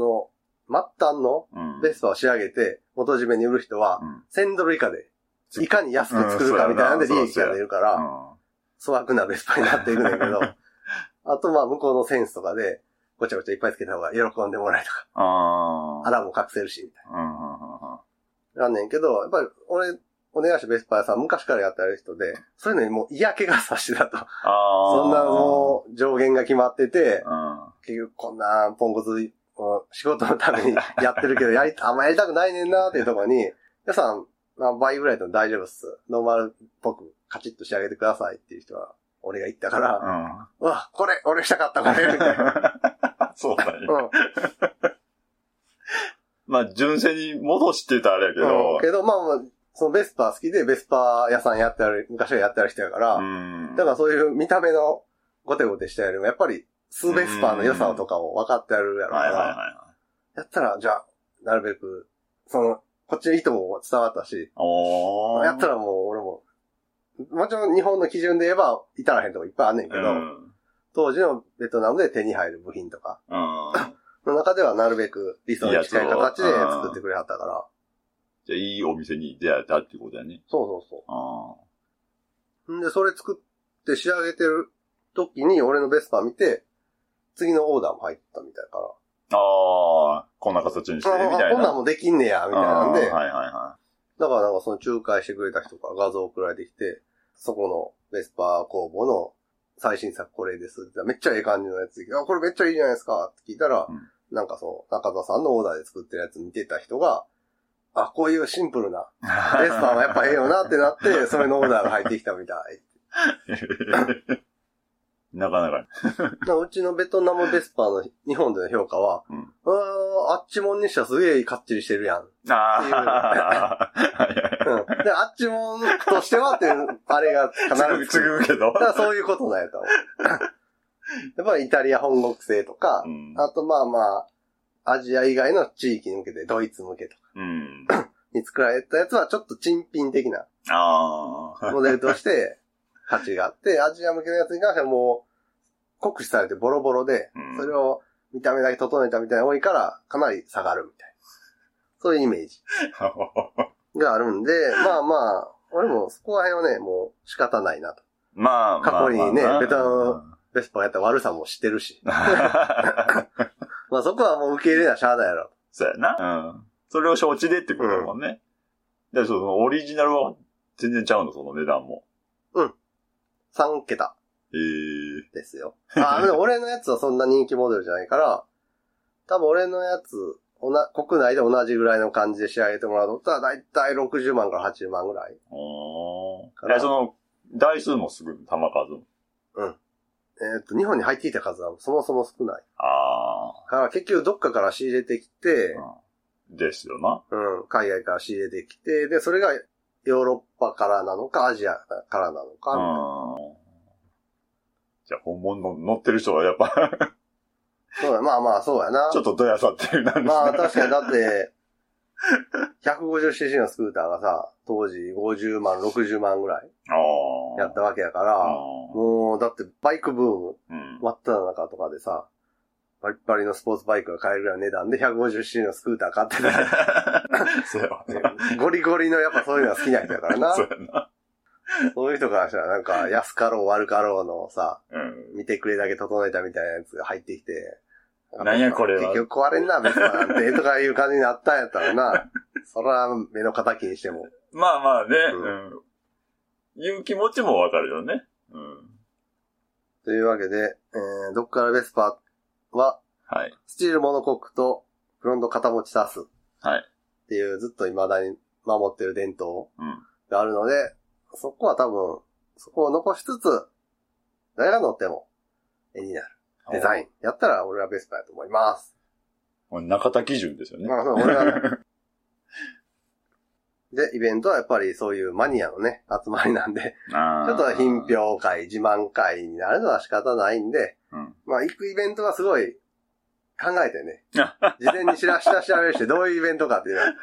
A: の、末端の
B: はい。うん。
A: ベストを仕上げて、元締めに売る人は
B: う、ん
A: 1000ドル以下で、いかに安く作るかみたいなんで利益が出るか
B: う
A: ら、
B: ん
A: 粗悪なベスパになっていくんだけど、 [LAUGHS] あとまあ向こうのセンスとかで、ごちゃごちゃいっぱいつけた方が喜んでもらえるとか、
B: ああ。
A: 腹も隠せるし、みたい
B: うんうんうんうん
A: な。なんねんけど、やっぱり俺お願いしたベスパーさん、昔からやってある人で、そういうのにもう嫌気がさしてだと。
B: ああ。
A: そんなもう上限が決まってて、
B: うん。
A: 結局こんなポンコツ、こう仕事のためにやって
B: [LAUGHS]
A: るけど、やり、あんまやりたくないねんなっていうところに、皆さん、まあ、倍ぐらいでも大丈夫っす。ノーマルっぽくカチッと仕上げてくださいっていう人は、俺が言ったから、うわ、これ、俺したかった、これ、みた
B: [LAUGHS]
A: いな。
B: うん。そうだね。
A: うん。
B: まあ、純正に戻してたらあれやけ
A: うん
B: ど。
A: けど、まあまあ、そのベスパー好きで、ベスパー屋さんやってある、昔はやってある人やから、
B: うん。
A: だからそういう見た目のゴテゴテしたよりも、やっぱり、スーベスパーの良さとかを分かってあるやろうか
B: はいはい
A: ら、
B: はい。
A: やったら、じゃあ、なるべく、その、こっちの意図も伝わったし、
B: おー。
A: やったらもう俺も、もちろん日本の基準で言えば、至らへんとこいっぱいあんねんけど、
B: うん。
A: 当時のベトナムで手に入る部品とか、
B: うん。
A: の中ではなるべく理想に近い形で作ってくれはったから、
B: じゃあ、いいお店に出会えたってことだね。
A: そうそうそう。
B: あ
A: んで、それ作って仕上げてる時に俺のベスパー見て、次のオーダーも入ったみたいだか
B: あ。ああ、こんな形にして、み
A: ら。
B: たいな。
A: あこんなんもできんねや、みたいなんで、
B: あーはいはいは
A: だからなんかその仲介してくれた人から画像送られてきて、そこのベスパー工房の最新作これですって言ったらめっちゃええ感じのやつであ、これめっちゃいいじゃないですかって聞いたら、
B: うん
A: なんかその中田さんのオーダーで作ってるやつ見てた人が、あ、こういうシンプル
B: [LAUGHS]
A: な、
B: い。
A: ベスパーはやっぱええよなってなって、それのオーダーが入ってきたみたい。
B: なかなか。
A: なうちのベトナムベスパーの日本での評価は、
B: うん
A: うーんあっちもんにしてはすげえかっちりしてるやん。
B: ああ。
A: うん、で、あっちもんとしてはっていう、あれが必
B: [LAUGHS] つぐ、
A: ず
B: つ
A: つく。
B: ぐけど
A: だ。からそういうことなんやと [LAUGHS] 思う。やっぱりイタリア本国製とか
B: う、ん。
A: あとまあまあ、アジア以外の地域に向けて、ドイツ向けとか
B: うん。
A: に作られたやつはちょっと珍品的な
B: ああ。
A: モデルとして価値があ
B: [LAUGHS]
A: って、アジア向けのやつに関してはもう、酷使されてボロボロで
B: うん、
A: それを見た目だけ整えたみたいなのが多いから、かなり下がるみたいな。そういうイメージがある
B: [LAUGHS]
A: んで、まあまあ、俺もそこら辺はね、もう仕方ないなと。
B: [LAUGHS] まあ、
A: 過去にね
B: まあまあ
A: ベトナ
B: [LAUGHS]
A: ムベスパーやった悪さも知ってるし。まあそこはもう受け入れなしゃあないやろ。
B: そうやな。うん。それを承知でってことだもんね。で、その、オリジナルは全然ちゃうの、その値段も。
A: 3桁
B: ええ。
A: ですよ。あ、
B: [LAUGHS]
A: でも俺のやつはそんな人気モデルじゃないから、多分俺のやつ、おな国内で同じぐらいの感じで仕上げてもらうとったら、だいたい60万から80万ぐらい。
B: お
A: か
B: ー。
A: ら
B: え、その、台数もすぐ、球数も。
A: えっ、と、日本に入ってきた数はそもそも少ない。
B: あ
A: だから結局どっかから仕入れてきて、
B: あ。ですよな。
A: うん、海外から仕入れてきて、で、それがヨーロッパからなのか、アジアからなのか、
B: うん。じゃあ、本物の乗ってる人はやっぱ、
A: そうだ、まあまあ、そうやな。
B: ちょっとどやさっていうなんですね。
A: まあ、確かにだって、150cc のスクーターがさ、当時50万、60万ぐらい
B: ああ。
A: やった
B: た。
A: わけやか
B: あ
A: ら、
B: あ。
A: もう、だってバイクブーム、
B: うん。
A: 真っ只中とかでさ、バリッバリのスポーツバイクが買えるぐらいの値段で 150cc のスクーター買ってた
B: そうやわな。
A: ゴリゴリのやっぱそういうのは好きな人やからな
B: [LAUGHS] そ。うやな。
A: そういう人からしたらなんか安かろう悪かろうのさ、
B: うん。
A: 見てくれだけ整えたみたいなやつが入ってきて。
B: なんやこれは
A: 結局壊れんな、別なんて、とかいう感じになったんやったらな。そら、目の敵にしても。
B: まあまあね、
A: う
B: うん。いう気持ちもわかるよね。うん。
A: というわけで、えー、どっからベスパーは、
B: はい。
A: スチールモノコックとフロント肩持ちサス。
B: はい
A: っていう、ずっと未だに守ってる伝統
B: うん。
A: があるので、そこは多分、そこを残しつつ、誰が乗っても、絵になる。デザイン。やったら俺はベスパーやと思います。
B: [LAUGHS] もう中田基準ですよね。
A: まあ、そう俺はね。で、イベントはやっぱりそういうマニアのね、集まりなんで、
B: あ
A: ちょ
B: ー
A: っと品。評会、自慢会になるのは仕方ないんで、
B: うん
A: まあ、行くイベントはすごい考えて
B: [LAUGHS]
A: ね、事前に知ら下調べしてどういうイベントかっていうのは、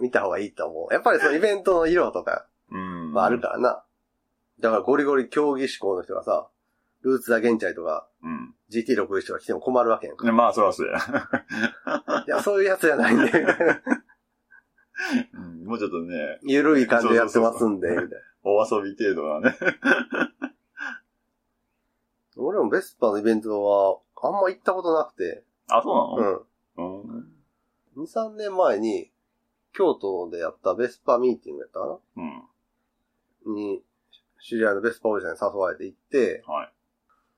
A: 見た方がいいと思う。やっぱりそのイベントの色とか、
B: うん。
A: まああるからな。だからゴリゴリ競技志向の人がさ、ルーツダゲンチャイとか
B: うん。
A: GT61 とか来ても困るわけやんか。
B: [LAUGHS] ねまあ、そらそうや。
A: いや、そういうやつじゃない
B: [LAUGHS]
A: んで、みたいな。
B: うんもうちょっとね、
A: ゆるい感じでやってますんで、
B: そうそうそう
A: み
B: そ
A: た
B: う
A: いな。
B: お遊び程度なね。
A: 俺もベスパのイベントは、あんま行ったことなくて、。
B: あ、そううんなのうん。
A: 2、3年前に、京都でやったベスパミーティングやったか
B: うん。
A: なに、知り合いのベスパおじさんに誘われて行って、
B: はい。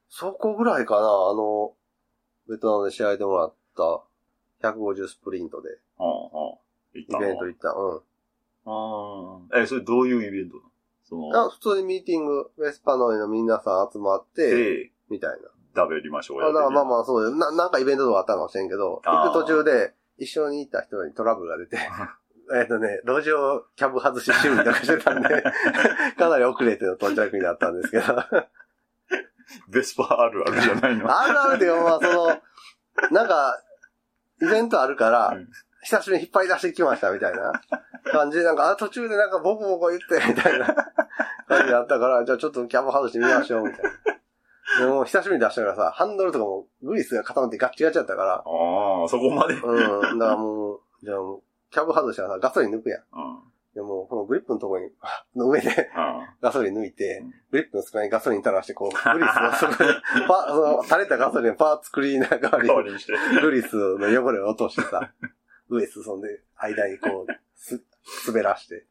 A: そこぐらいかな、あの、ベトナムで試合でもらった150スプリントで
B: はあはあ。行っ
A: イ
B: たの
A: ベント行った。うん。
B: ああ。え、それどういうイベントなのそ
A: あ
B: の、
A: 普通にミーティング、ベスパの上の皆さん集まって、
B: で、
A: みたい
B: 食べりましょう
A: な。あだからまあ
B: あ。
A: まあそうだよな。なんかイベントとかあったかもしれんけど、
B: あー
A: 行く途中で一緒に行った人にトラブルが出
B: [LAUGHS]
A: て、えっとね、路上キャブ外し趣味とかして
B: [LAUGHS]
A: たんで、かなり遅れての到着になったんですけど。
B: ベスパあるあるじゃないの。
A: あるあるでもまあその、なんか、イベントあるから
B: うん、
A: 久しぶりに引っ張り出してきましたみたいな感じで、なんか、あ途中でなんかボコボコ言ってみたいな感じだったから、じゃあちょっとキャブ外してみましょうみたいな。でも久しぶりに出したからさ、ハンドルとかもグリスが固まってガッチガチだったから、
B: ああ、そこまで。うん。
A: うん、だからもう、じゃあもう、キャブ外したらさ、ガソリン抜くやん。でも、このグリップのところに、の上で
B: あ
A: ガソリン抜いて
B: うん、
A: グリップの隙間にガソリン垂らして、こう、グリスの、そこに、パ、その、垂れたガソリンをパーツクリーナー代わり
B: 代わ
A: に、
B: りにして。 [LAUGHS]
A: グリスの汚れを落としてさ、上進んで、間にこう、す、滑らして。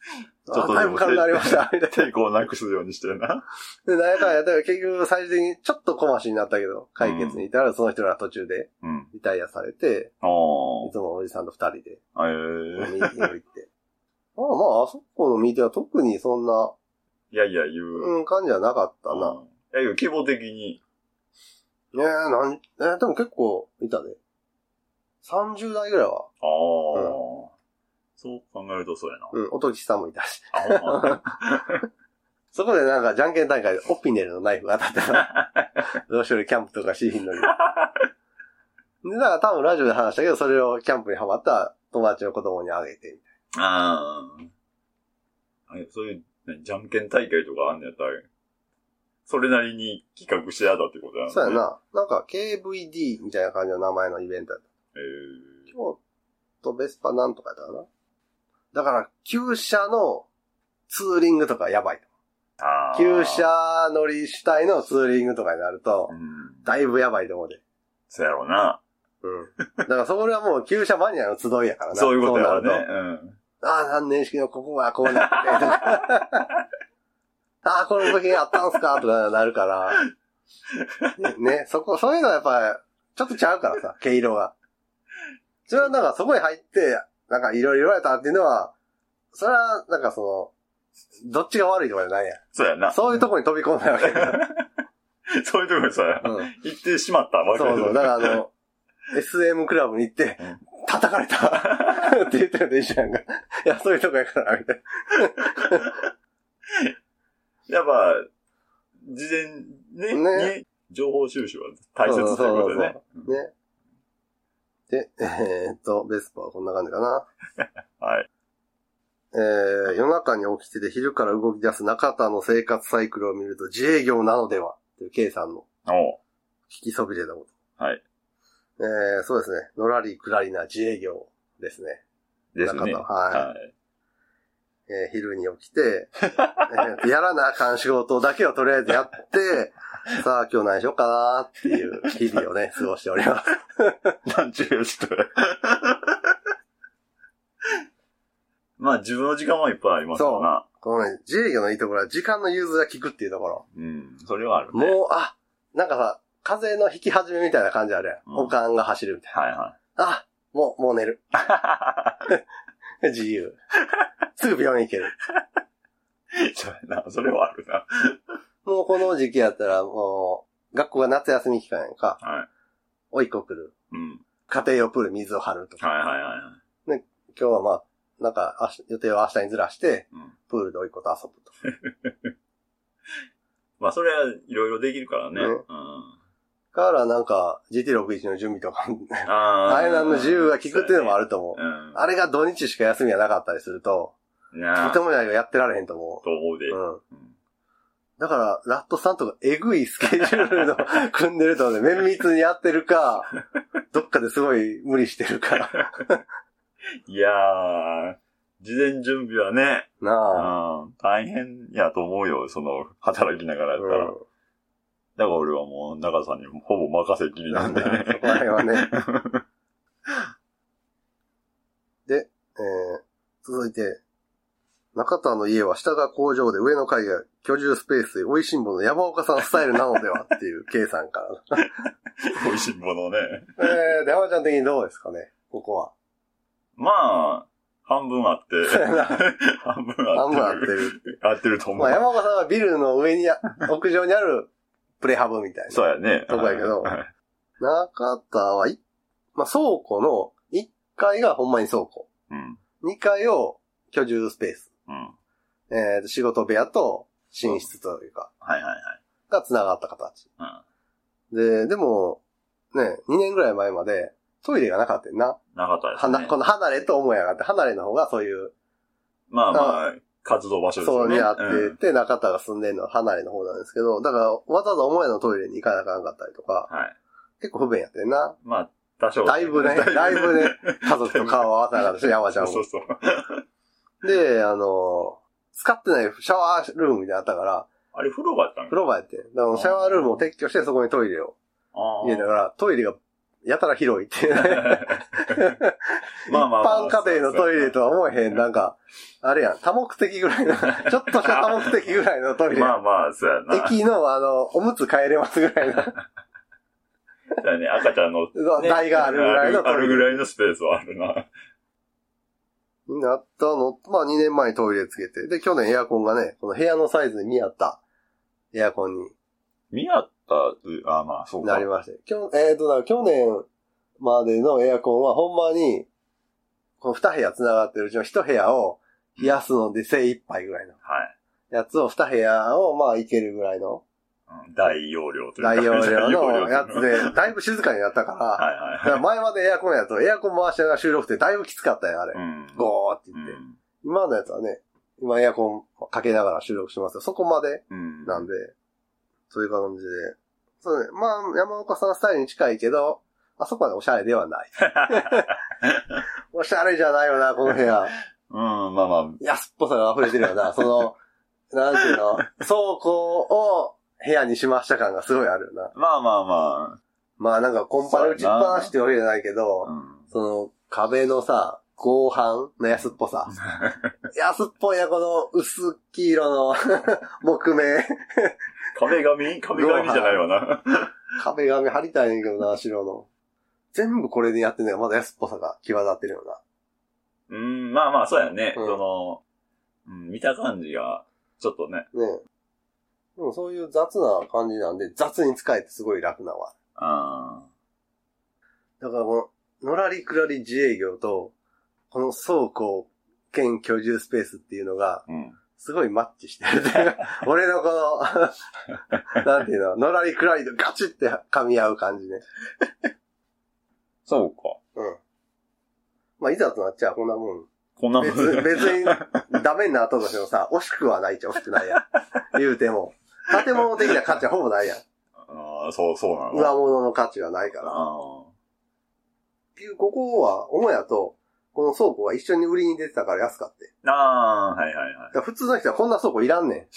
B: [LAUGHS] ちょっ
A: あ、
B: と
A: だいぶ軽くなりま
B: [LAUGHS]
A: した、みたいな。
B: 抵抗をなくすようにしてな。
A: で、なんやかんやったら結局最終的にちょっと小ましになったけど、解決に至らずその人ら途中で
B: うん。
A: リタイアされて、
B: あ
A: いつもおじさんと二人で、
B: あ。ええ
A: ミーティング行って。
B: [LAUGHS]
A: まあまあ、あそこのミーティングは特にそんな、
B: いやいや、言う。
A: うん、感じはなかったな。
B: うん。いやいや、規模的に。
A: ねえ、なん、えでも結構いたね。30代ぐらいは。
B: ああ。そう考えるとそうやな。
A: うん、おときさんもいたし。
B: あ、ほ
A: [LAUGHS]
B: んま。
A: そこでなんか、じゃんけん大会でオピネルのナイフが当たってた。 [LAUGHS] どうしようキャンプとかしひんのに。で、だから多分ラジオで話したけど、それをキャンプにハマった友達の子供にあげて。
B: ああ。そういう、ねじゃんけん大会とかあんねやったら、それなりに企画してやったってことや
A: そうや。な。なんか、KVD みたいな感じの名前のイベントやった。
B: ええ
A: 京都ベスパなんとかやったかな。だから、旧車のツーリングとかやばい。
B: ああ。
A: 旧車乗り主体のツーリングとかになると、
B: うん。
A: だいぶやばいと思うで。
B: そうやろうな。
A: うん。だからそれはもう、旧車マニアの集いやからな。
B: そういうことや
A: そ
B: ろ
A: う
B: う
A: なる
B: ね。うん。
A: と。ああ、何年式のここがこうなっ
B: [LAUGHS]
A: ててとか。ああ、この部品あったんすかとかなるから。ね、ねそこ、そういうのはやっぱり、ちょっとちゃうからさ、毛色が。それはなんかそこに入って、なんかいろいろ言われたっていうのは、それはなんかその、どっちが悪いとかじゃないやん
B: そうやな。
A: そういうとこに飛び込んないわけだから。
B: [LAUGHS] そういうとこにさ、
A: うん
B: 行ってしまったわけ
A: そうそう。だ
B: だ
A: からあの、SM クラブに行って
B: うん、
A: 叩かれた [LAUGHS] って言ってるのと一緒やんか。いや、そういうとこやから、みたいな。
B: [LAUGHS] やっぱ、事前ね、
A: ね
B: に情報収集は大切ということでね。うん
A: ね。で、えーっと、ベスパはこんな感じかな。
B: はい。
A: えー、夜中に起きてて昼から動き出す中田の生活サイクルを見ると自営業なのではという K さんの
B: おう
A: 聞きそびれたこと。
B: はい。
A: えー、そうですね。のらりくらりな自営業ですね。
B: です
A: な
B: ね。
A: かったはい
B: い。
A: えー昼に起きて、えーやらなあかん仕事だけをとりあえずや
B: [LAUGHS]
A: って、さあ今日何しようかなっていう日々をね、過ごしており
B: [LAUGHS]
A: ます。
B: なんちゅう人やまあ自分の時間はいっぱいありますからな。
A: このね、自営業のいいところは時間の融通が効くっていうところ。
B: うん。それはあるね。
A: もう、あ、なんかさ、風の引き始めみたいな感じあるやん。
B: うん
A: おかんが走るみたい
B: はいは
A: な。あ、もう、もう寝る。 [LAUGHS] 自由。 [LAUGHS] すぐ病院行ける。
B: い。 [LAUGHS] そうやな。それはあるな。
A: もうこの時期やったらもう、学校が夏休み期間やんか。
B: はい。
A: おいっ子来る。
B: うん。
A: 家庭用プール水を張るとか。
B: はいはいはいはい。
A: 今日はまあ、なんか明日予定は明日にずらして、
B: うん
A: プールでおいっ子と遊ぶと。
B: まあそれはいろいろできるからね。
A: ね
B: うん。
A: だからなんか GT61 の準備とか、
B: [LAUGHS] あ
A: あれの自由が効くっていうのもあ
B: る。
A: ると思う。
B: うん。
A: あれが土日しか休みがなかったりすると、
B: な
A: と
B: あ
A: てもじゃないけどやってられへんと思
B: と思うで。
A: う。うん。
B: うん
A: だから、ラットさんとかえぐいスケジュールの [LAUGHS] 組んでると思うね。綿密にやってる
B: [LAUGHS]
A: か、どっかですごい無理してるか。
B: いやー、事前準備はね、う
A: なあ。
B: ん、大変やと思うよ、その、働きながらやったら。だから俺はもう、中さんにほぼ
A: [LAUGHS]
B: 任せっき
A: う
B: り
A: ん。
B: な
A: なん
B: ん
A: だ
B: で
A: よ
B: ね
A: そ。こら辺はね。で、いて、中田の家は下が工場で上の階が居住スペースで、美味しんぼの山岡さんスタイルなのではっていう K さんからの。
B: 美味しい
A: [LAUGHS]
B: ものね。
A: えー、で、浜ちゃん的にどうですかねここは。
B: まあ、半分あって、 [LAUGHS] 半分あ
A: 半
B: って
A: 分合って
B: る。
A: る。
B: 合ってると
A: [LAUGHS]
B: 思
A: まあ、
B: う。
A: 山岡さんはビルの上にあ、屋上にあるプレハブみたいな。
B: そうやね。
A: そうやけど
B: はい
A: 中田は、いまあ、倉庫の1階がほんまに倉庫。
B: うん。
A: 2階を居住スペース。
B: うん。
A: えーと、仕事部屋と寝室というか、
B: はいはいはい。
A: が繋がった形。
B: う
A: で、
B: ん。
A: でも、ね、2年ぐらい前までトイレがなかったよな。
B: なかったで
A: は
B: すね。
A: なこの離れと思いやがって、離れの方がそういう、
B: まあまあ、活動場所です
A: そ
B: よ
A: う
B: ね。
A: にあって
B: うん
A: て、中田が住んでるのは離れの方なんですけど、だからわざわざ思いのトイレに行かなあかんかったりとか、
B: はい。
A: 結構不便やってんな。
B: まあ、多少。
A: だい
B: [LAUGHS]
A: ぶね、だいぶね、家族と顔を合わせなかったし、山ちゃんも
B: そう。そうそう。
A: で、あの、使ってないシャワールームみたいなのあったから、
B: あれ、風呂場やったん
A: 風呂場やってん。だからシャワールームを撤去してそこにトイレを
B: あ
A: 入れたから、トイレがやたら広いっていうね。
B: あ。 [LAUGHS] まあまあまあ
A: 一般家庭のトイレとは思えへん、なんか、あれやん、多目的ぐらい
B: [LAUGHS]
A: の、ちょっとした多目的ぐらいのトイレ。
B: まあまあ、そうやな。
A: 駅の、あの、おむつ変えれますぐらいの、
B: そうやね、赤ちゃんの、
A: そう台があるぐらいの
B: あ
A: ト
B: る
A: イ
B: ぐ
A: レ
B: らいのスペースはあるな。
A: になったの。まあ2年前にトイレつけて。で、去年エアコンがね、この部屋のサイズに見合ったエアコンに
B: 宮田と、あ、まあ、そうか。
A: なりまして。きょえっ、と、だから去年までのエアコンはほんまに、この2部屋繋がってるうちの1部屋を冷やすので精一杯ぐらいの
B: はい。
A: やつを2部屋をまあいけるぐらいの
B: うん大容量というか。
A: 大容量のやつ
B: 大容量という [LAUGHS]
A: で、だいぶ静かになったから、
B: か。はいはい
A: だか
B: は
A: ら前までエアコンやと、エアコン回しながら収録ってだいぶきつかったよ、あれ
B: い。う。ん。
A: ゴーって
B: う
A: 言って。
B: ん。
A: 今のやつはね、今エアコンかけながら収録しますよ。そこまで
B: うん。
A: なんで、そういう感じで。そうね、まあ、山岡さんスタイルに近いけど、あそこまでおしゃれでは
B: [LAUGHS]
A: ない。おしゃれじゃないよな、この部屋。
B: うん、まあまあ、
A: 安っぽさが溢れてるよ
B: [LAUGHS]
A: な、その、なんていうの、倉庫を部屋にしました感がすごいあるよな。
B: まあまあま
A: まあなんかコンパで打ちっぱなしってわけじゃないけど、
B: あ。うん。
A: その壁のさ、合板の安っぽ
B: [LAUGHS]
A: さ。安っぽいな、この薄黄色の [LAUGHS] 木目。
B: 壁紙壁紙じゃないわな。
A: 壁紙貼りたいねんけどな、白の。全部これでやってんのがまだ安っぽさが際立ってるよな。
B: うん、まあまあ、そうやね。
A: うん
B: その、うん、見た感じが、ちょっとね。
A: ねえでもそういう雑な感じなんで、雑に使えてすごい楽なわ。
B: あ
A: だからこの、のらりくらり自営業と、この倉庫兼居住スペースっていうのが、
B: ーうん。
A: すごいマッチしてると
B: [LAUGHS]
A: いうか。俺のこ [LAUGHS] の、なんていうの、のらりくらりとガチって噛み合う感じね。
B: そうか。
A: うん。まあ、いざとなっちゃうこんなもん。
B: こんなもん
A: 別に、別に、ダメになったとしてもさ、惜しくはないっちゃ惜しくないやん。言うても。建物的な価値はほぼないやん。
B: [LAUGHS] ああ、そう、そうなの。
A: 上物の価値はないから。っ
B: あ
A: ていう、ここは、母やと、この倉庫が一緒に売りに出てたから安かって。
B: あ。ああ、はいはいはい
A: だ。から普通の人はこんな倉庫いらん [LAUGHS] ね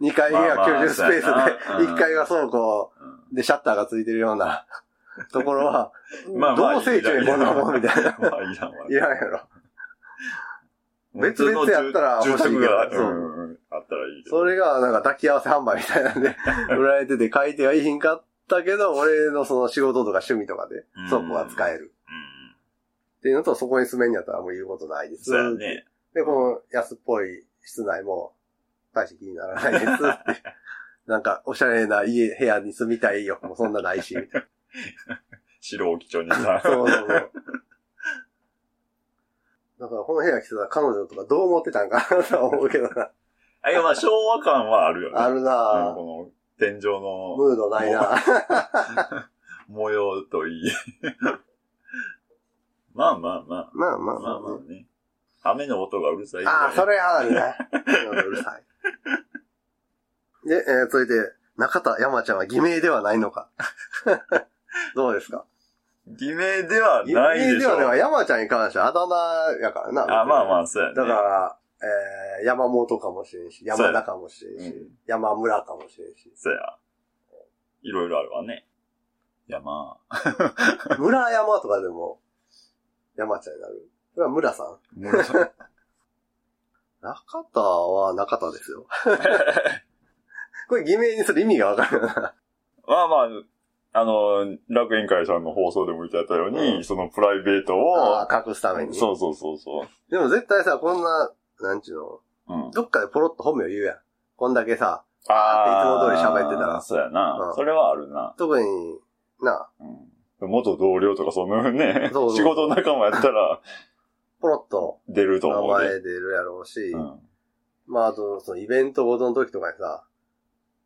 A: ん。2階に
B: ま
A: は
B: あまあ
A: 居住スペースで、
B: そうやなうん
A: 1階が倉庫
B: うん
A: でシャッターがついてるような [LAUGHS] ところは、
B: [LAUGHS] まあまあ
A: どう成長にこんなもんみたいな。
B: まあ、いらんわ
A: [LAUGHS] い。らんやろ。別
B: 普通の
A: 々やったら
B: 住
A: 欲しいけど
B: 住宅が、
A: そ
B: そううんうんうん。あったらいいけど
A: それがなんか抱き合わせ販売みたいなん
B: [LAUGHS]
A: で、売られてて買い手はいいひんかったけど、俺のその仕事とか趣味とかで
B: うん
A: 倉庫が使える。
B: うん。
A: っていうのと、そこに住めんやったらもう言うことないです。
B: そうやね。
A: で、この安っぽい室内も、大して気にならないです [LAUGHS] って。なんか、おしゃれな家、部屋に住みたい欲もそんなない [LAUGHS] し、みたい
B: 白置き町にさ
A: な。。そうそうそう。だから、この部屋来てた彼女とかどう思ってたんかなとは思うけどな。
B: あ、いや、まあ、昭和感はあるよね。
A: ある
B: う
A: なんぁ。
B: この、天井の
A: ムードないなぁ。
B: 模様といい。 [LAUGHS] まあまあまあ。
A: まあま
B: ま
A: あま
B: あ
A: あ、
B: まあね。雨の音がうるさいぐらい。
A: ああ、それはあるね。うるさい。で、えー続いて、中田山ちゃんは偽名ではないの [LAUGHS] か。どうですか
B: 偽名ではないでしょ。
A: はね、山ちゃんに関してはあだ名やからな。
B: あ、まあま
A: あ。
B: あ、そうやね。
A: だから、えー山本かもしれんし、山田かもしれん
B: う
A: し、
B: ん、。
A: 山村かもしれんし
B: [LAUGHS] そうや。いろいろあるわね。いや、ま
A: [LAUGHS]
B: あ、
A: 村山とかでも、山ちゃんになる。それは村さん。
B: 村さん
A: 中田は中田です
B: [LAUGHS]
A: よ。これ偽名にする意味がわかるよな。
B: まあまあ、あの、楽園会さんの放送でも言ってあったように、
A: う
B: そのプライベートを
A: あ、あ、隠すために。
B: そうそうそうそ
A: でも絶対さ、こんな、なんちゅうの、
B: う。うん。
A: どっかでポロッと本名言うやん。こんだけさ、
B: あ
A: いつも通り喋ってたら
B: そうやな、
A: うん
B: それはあるな。
A: 特に、な、
B: うん。元同僚とかそのね、
A: そうそう
B: 仕事仲間やったら
A: ポロッと
B: 出ると
A: 名
B: 思う
A: 前
B: で。
A: 出るやろうし、
B: うん。
A: まあ、あと、そのイベントごとの時とかにさ、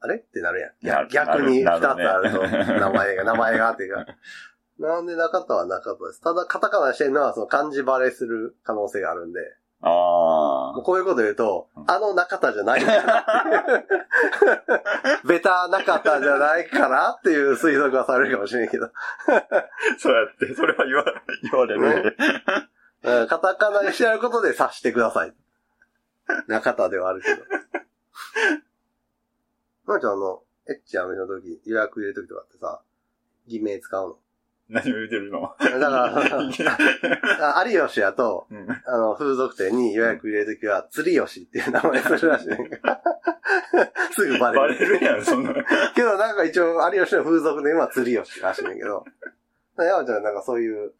A: あれってなるや。
B: なんる
A: 逆に二つ
B: な
A: あ
B: るね
A: ると、名前が、名前がって
B: [LAUGHS]
A: いうか。なんでなかったはなかったです。ただ、カタカナしてるのは、その漢字バレする可能性があるんで、
B: あ
A: もうこういうこと言うと
B: う、ん
A: あの中田じゃないかなっていう。 [LAUGHS] ベタ中田じゃないかなっていう推測はされるかもしれんけど。
B: あ。そうやって、それは言わ言われる、ね。
A: うんカタカナにしてやることで察してください。中田ではあるけど。まーちゃん、あの、エッチアメの時、予約入れる時とかってさ、偽名使う
B: 何を言ってる
A: [LAUGHS]
B: の
A: の。だ [LAUGHS] から、あ有吉やと、
B: うん
A: あの、風俗店に予約入れる時は、釣り吉っていう名前するらしいね。すぐバレる。
B: バレるやん、そんな。
A: けどなんか一応、有吉の風俗店は釣り吉らしいねんけど。山ちゃん、なんかそういう、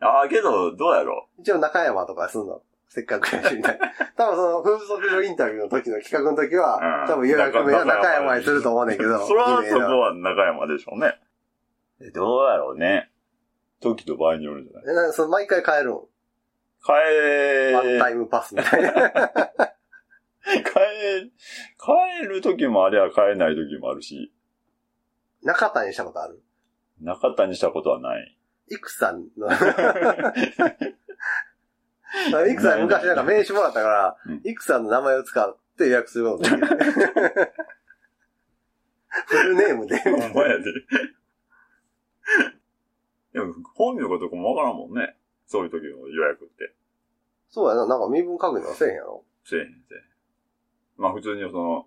B: ああ、けど、どうやろ
A: 一応中山とかすんの。せっかくやし、みたい
B: [LAUGHS]
A: な。多分その、風俗上インタビューの時の企画の時は
B: う、ん
A: 多分予約名は中山
B: 中山
A: にすると思うねんけど。
B: [LAUGHS] それは
A: 偽
B: そ
A: 名
B: こ
A: の
B: は中山でしょうね。えどうやろうね。時と場合によるんじゃない
A: えなんかその毎回変えるもん。ワンタ
B: 変
A: イムパスみたいな。 [LAUGHS]
B: [LAUGHS] え、変え、変える時もありゃ変えない時もあるし、
A: 中田にしたことある
B: 中田にしたことは [LAUGHS] ない。
A: いくさん
B: [LAUGHS]
A: の。いくさん昔なんか名刺もらったから
B: うん、
A: いくさんの名前を使って予約することができ
B: [LAUGHS]
A: る。フルネームで。
B: お前やで。 [LAUGHS] でも、本名とかもわからんもんね。そういう時の予約って。
A: そうやな、なんか身分確認はせえへんやろ
B: せえへんせえへんまあ普通にその、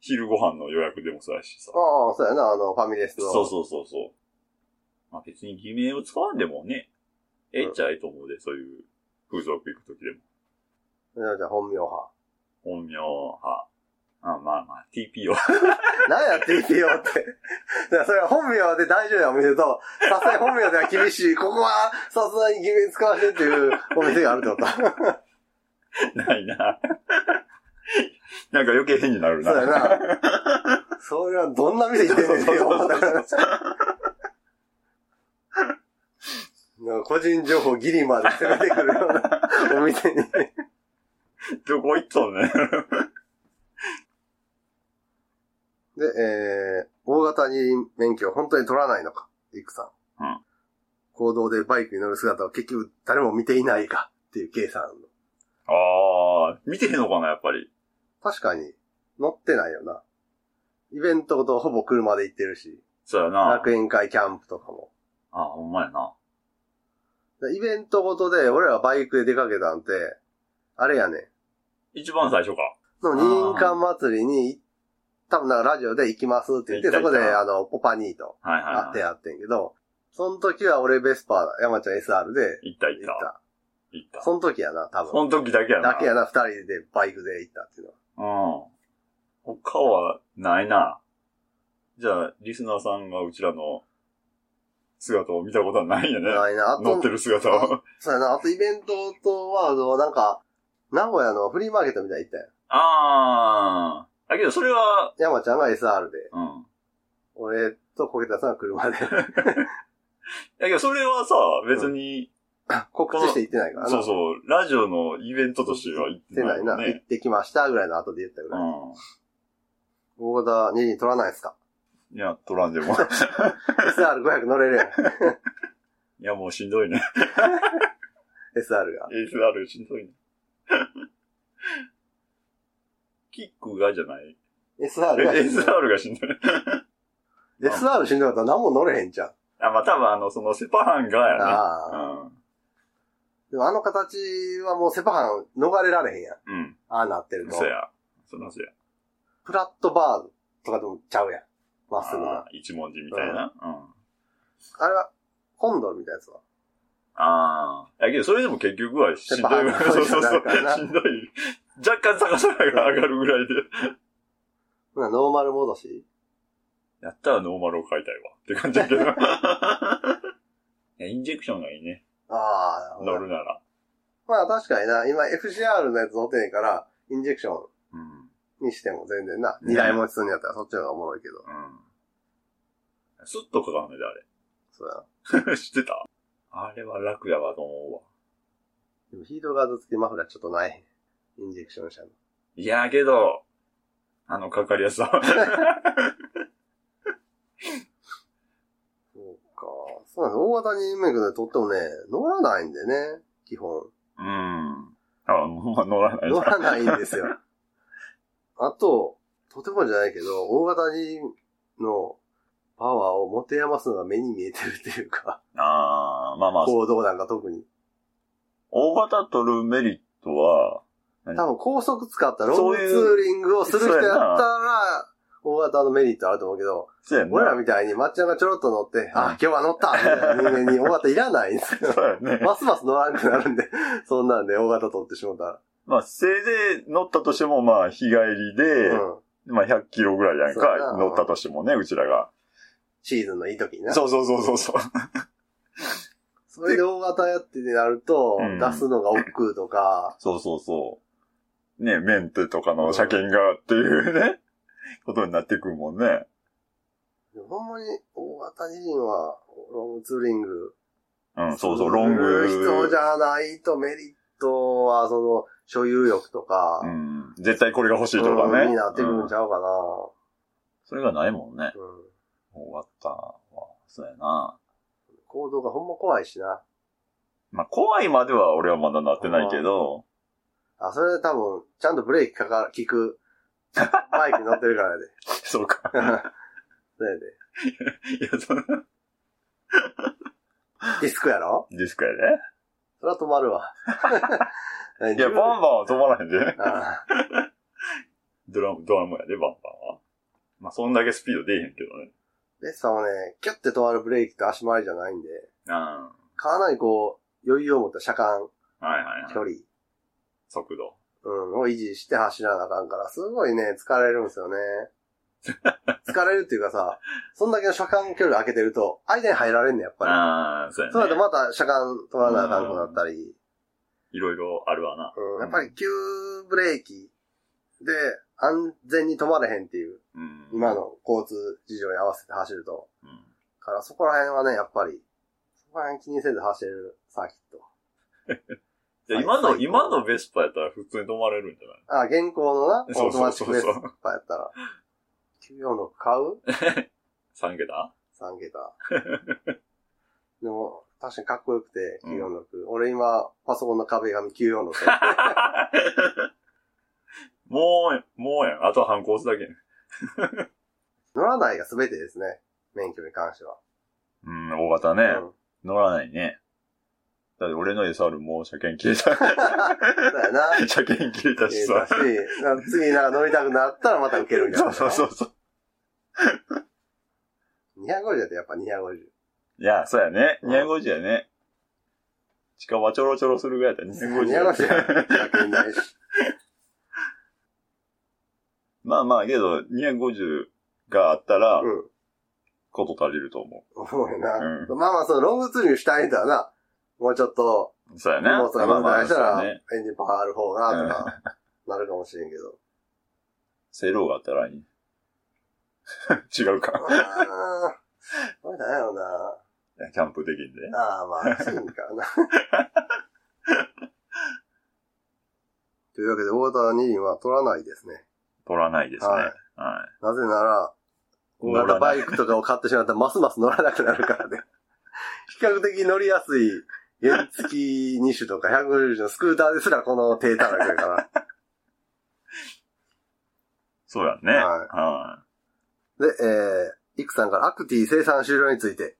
B: 昼ご飯の予約でもそうやしさ。
A: ああ、そうやな、あの、ファミレスの。
B: そうそうそうそう。まあ別に偽名を使わんでもね、ええっちゃええと思うで、そういう風俗行く時でも。
A: じゃあ、本名派。
B: 本名派。あまあまあ、TPO。
A: 何やっていてよって。だからそれは本名で大丈夫なお店と、さすがに本名では厳しい、ここはさすがに偽名使わせてっていうお店があるってこと。
B: ないな。 [LAUGHS] なんか余計変になるな。
A: そうやな。それはどんな店行ってんねんってよ。だから個人情報ギリまで攻めてくるようなお店に。
B: どこ行っとんねん。
A: で、えー、大型二輪免許を本当に取らないのか、いくさん。
B: うん
A: 行動でバイクに乗る姿を結局誰も見ていないかっていう K さんの。
B: ああ、見てへんのかな、やっぱり。
A: 確かに、乗ってないよな。イベントごとほぼ車で行ってるし、
B: そうやな。
A: 楽園会キャンプとかも。
B: あほんまやな。
A: でイベントごとで、俺らバイクで出かけたんて、あれやねん。
B: 一番最初か。
A: の二輪館祭りに、多分なんかラジオで行きますって言って、
B: 行った
A: そこで
B: 行った
A: あの、ポパニーと
B: はいはい、
A: 会って
B: は
A: やってんけど、その時は俺ベスパー、山ちゃん SR で
B: い。行った
A: 行
B: 行っ。
A: ったた。
B: 行った。
A: その時やな、多
B: そ
A: 分。
B: の時だけやな。
A: だけやな、二人でバイクで行ったっていうのは。
B: うん。他はないな。じゃあ、リスナーさんがうちらの姿を見たことはないんやね。
A: ないな、あと、
B: 乗ってる姿を。
A: そうやな、あとイベントとは、あの、なんか、名古屋のフリーマーケットみたいに行ったよ。
B: [LAUGHS] ああ。だけど、それは、
A: 山ちゃんが SR で、
B: うん。
A: 俺と小桁さんが車
B: [LAUGHS]
A: で、
B: だけど、それはさ、別に、
A: 告知して行ってないからな。
B: そうそう、ラジオのイベントとしては行って
A: 行っ
B: な
A: てない
B: いよ
A: な。行
B: ね。
A: ってきましたぐらいの後で言ったぐ
B: う
A: らい。オーダー2輪取らないですか
B: ん。いや、取らんで [LAUGHS] も。
A: ?SR500 乗れ
B: [LAUGHS]
A: るやん。
B: いや、もうしんどいね。
A: SR が。
B: SR しんどいね。キックがじゃない。
A: SR
B: [LAUGHS]
A: が。
B: SR がしんどい。
A: SR しんどかったら何も乗れへんじゃん。
B: あ、まあ、多分あの、その、セパハンがやな。
A: ああ。でもあの形はもうセパハン逃れられへんやん。
B: うん。うん。
A: ああなってると
B: そ。や。そのそや。
A: フラットバーとかでもちゃうやん。まっすぐな。
B: ああ一文字みたいな。うん。
A: あれは、コンドルみたいなやつは。
B: ああ。いやけど、それでも結局はしんどいぐ
A: やっ
B: ら
A: ぱ
B: い。 [LAUGHS] そうそう
A: な
B: そ
A: る
B: う
A: からな。
B: しんどい。若干高さが上がるぐらいで。
A: ほなノーマル戻し
B: やったらノーマルを買いたいわ。って感
A: [LAUGHS]
B: じだけど。いや、インジェクションがいいね。
A: ああ、なるほど
B: 乗るなら。
A: まあ確かにな、今 FCR のやつ乗ってへんから、インジェクショ
B: うん。
A: ンにしても全然な、
B: ね
A: 二台持ちするんやったらそっちの方がおもろいけど。
B: うん。スッとかかんねで、あ
A: そうやな。
B: れ。知ってたあれは楽やわと思うわ。
A: でもヒートガード付きマフラーちょっとない。インジェクション車の。
B: いやけど、あのかかりやすさ。
A: そうか。そうなんです。大型に免許で取ってもね、乗らないんでね、基 [LAUGHS] 本。
B: うん。あ、もう乗らない。
A: 乗らないんですよ。あと、とてもじゃないけど、大型にのパワーを持て余すのが目に見えてるっていうか、
B: ああ、まあまあ、
A: 行動なんか特に。
B: 大型取るメリットは、
A: 多分高速使ったロン
B: そ
A: グ
B: う
A: ツ
B: いう
A: ーリングをする人やった
B: そうや
A: ら
B: な、
A: 大型のメリットあると思うけど、
B: そうやんな
A: 俺らみたいにまっちゃんがちょろっと乗って、あ、今日は乗ったみたいな人間に大型いらないんです
B: [LAUGHS]
A: よ。
B: そうやね。
A: ますます乗らなくなるんで、そんなんで大型取ってしもた
B: まあ、せいぜい乗ったとしても、まあ、日帰りで、
A: ら。うん。
B: まあ、100キロぐらいやん
A: そうやな
B: か、乗ったとしてもね、うちらが。
A: シーズンのいい時にな。
B: そうそうそうそうそう。
A: それで大型やってなると
B: う、ん
A: 出すのが億劫とか、
B: そうそうそう。ね、メンテとかの車検がっていうね、ことになってくるもんね。
A: ほんまに大型自身は、ロングツーリング。
B: うん、そうそう、ロング。
A: する人じゃないとメリットは、その、所有欲とか、
B: うん。絶対これが欲しいとか
A: うん
B: ね。
A: になってくる
B: うんん
A: ちゃうかな。
B: それがないもんね。
A: うん
B: 終わったわ。そうやな。
A: 行動がほんま怖いしな。
B: まあ、怖いまでは俺はまだなってないけど、 [LAUGHS]
A: あ、それ多分、ちゃんとブレーキかか、効く、バイクに乗ってるからやで。
B: そうか。
A: [LAUGHS] そうやで。
B: いや、その、
A: ディスクやろ
B: ディスクや
A: それは止まるわ。 [LAUGHS]
B: で。いや、バンバンは止まらへんで。
A: あ
B: ドラム、ドラムやで、バンバンは。まあ、そんだけスピード出えへんけどね。
A: レッサーはね、キュッて止まるブレーキと足回りじゃないんで、
B: あ
A: かなりこう、余裕を持った車間、
B: あ。はいはい
A: 距
B: はい。
A: 離、
B: 速度。
A: うん、を維持して走らなあかんから、すごいね、疲れるんですよね。疲れるっていうかさ、そんだけの車間距離開けてると、間に入られんねやっぱ
B: ああ、そう
A: り。そう
B: や
A: だと
B: ね。
A: また車間取らなあかんくなったり、
B: いろいろあるわな。
A: うん、やっぱり急ブレーキで安全に止まれへんっていう、
B: うん。
A: 今。の交通事情に合わせて走ると。
B: うん。
A: からそこら辺はね、やっぱり、そこら辺気にせず走れるサーキット。
B: [LAUGHS] じゃあ今の、
A: はい最高
B: 今のベスパやったら普通に止まれるんじゃない
A: あ、現行のな、オ
B: そ
A: ー
B: う
A: ト
B: そ
A: マ
B: う
A: チッ
B: そ
A: ク
B: う
A: ベス
B: そ
A: パ
B: う。
A: やったら。946買う
B: 3桁 [LAUGHS]
A: ?3 桁。でも、確かにかっこよくて、946。俺今、パソコンの壁紙946。
B: もう、もうやん。あとは半コースだけやん。
A: 乗らないが全てですね。免許に関しては。
B: うん、大型ね。
A: うん。
B: 乗らないね。だって俺の SR もう車検切れた。
A: だよな。
B: [LAUGHS] 車検切れた
A: え
B: し
A: えだ
B: さ
A: し。、なんか次なんか乗りたくなったらまた受けるみたい
B: そ
A: な。
B: うそうそうそう。
A: 250だとやっぱ250。
B: いや、そうやね。
A: うん
B: 250やね。しかもちょろちょろするぐらいだったら250。
A: 250や。100円ないし。
B: [LAUGHS] まあまあ、けど、250があったら
A: う、ん。
B: こと足りると思
A: 思うよな。
B: う
A: まあまあ、そのロングツーリングしたいんだな。もうちょっと、
B: う。そうやね。
A: もうそれま
B: ま
A: た
B: あ
A: した
B: そう
A: ら、
B: や
A: エ
B: ね。
A: ンジンパワーある方が、とか、なるかもしれんけど。
B: セローがあったらいい。 [LAUGHS] 違うか。
A: あーこれだよな。
B: キャンプできんで。
A: ああ、まあ、暑いんからな。
B: [LAUGHS]
A: というわけで、大型二輪は取らないですね。
B: 取らないですね。
A: はい
B: は
A: なぜなら、大
B: 乗らない
A: 型バイクとかを買ってしまったら、ますます乗らなくなるからね。 [LAUGHS] 比較的乗りやすい、原付き2種とか150種のスクーターですらこの低たらくやから。
B: い。そうやね。
A: は
B: は
A: で、えー、イクさんからアクティ生産終了について、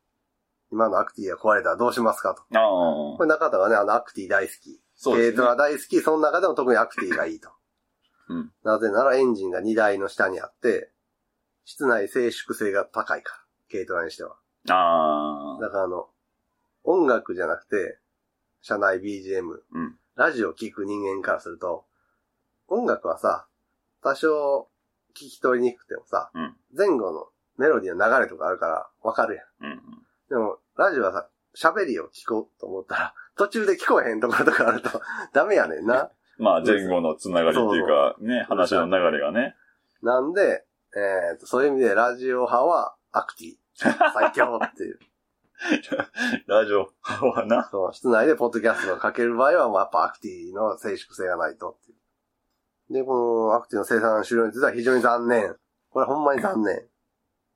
A: 今のアクティが壊れたらどうしますかと。
B: い。ああ
A: こ。れ中田がね、あのアクティ大好き。
B: そう
A: 軽
B: です
A: ト
B: ね。
A: ラ大好き、その中でも特にアクティがいいと。
B: [LAUGHS] うん
A: なぜならエンジンが荷台の下にあって、室内静粛性が高いから、軽トラにしては。
B: ああ。
A: だからあの、音楽じゃなくて、車内 BGM、
B: うん
A: ラジオ聞く人間からすると、音楽はさ、多少聞き取りにくくてもさ、
B: うん
A: 前後のメロディーの流れとかあるからわかるやん。
B: うん。
A: でも、ラジオはさ、喋りを聞こうと思ったら、途中で聞こえへんところとかあると [LAUGHS] ダメやねんな。
B: まあ、前後のつながりっていうか、ね、話の流れがね。
A: なんで、えー、と、そういう意味でラジオ派はアクティ。最強って
B: [LAUGHS]
A: いう。
B: ラジオはな。
A: そう、室内でポッドキャストをかける場合は、まあ、やっぱアクティの静粛性がないとっていう。で、このアクティの生産終了については非常に残念。これほんまに残念。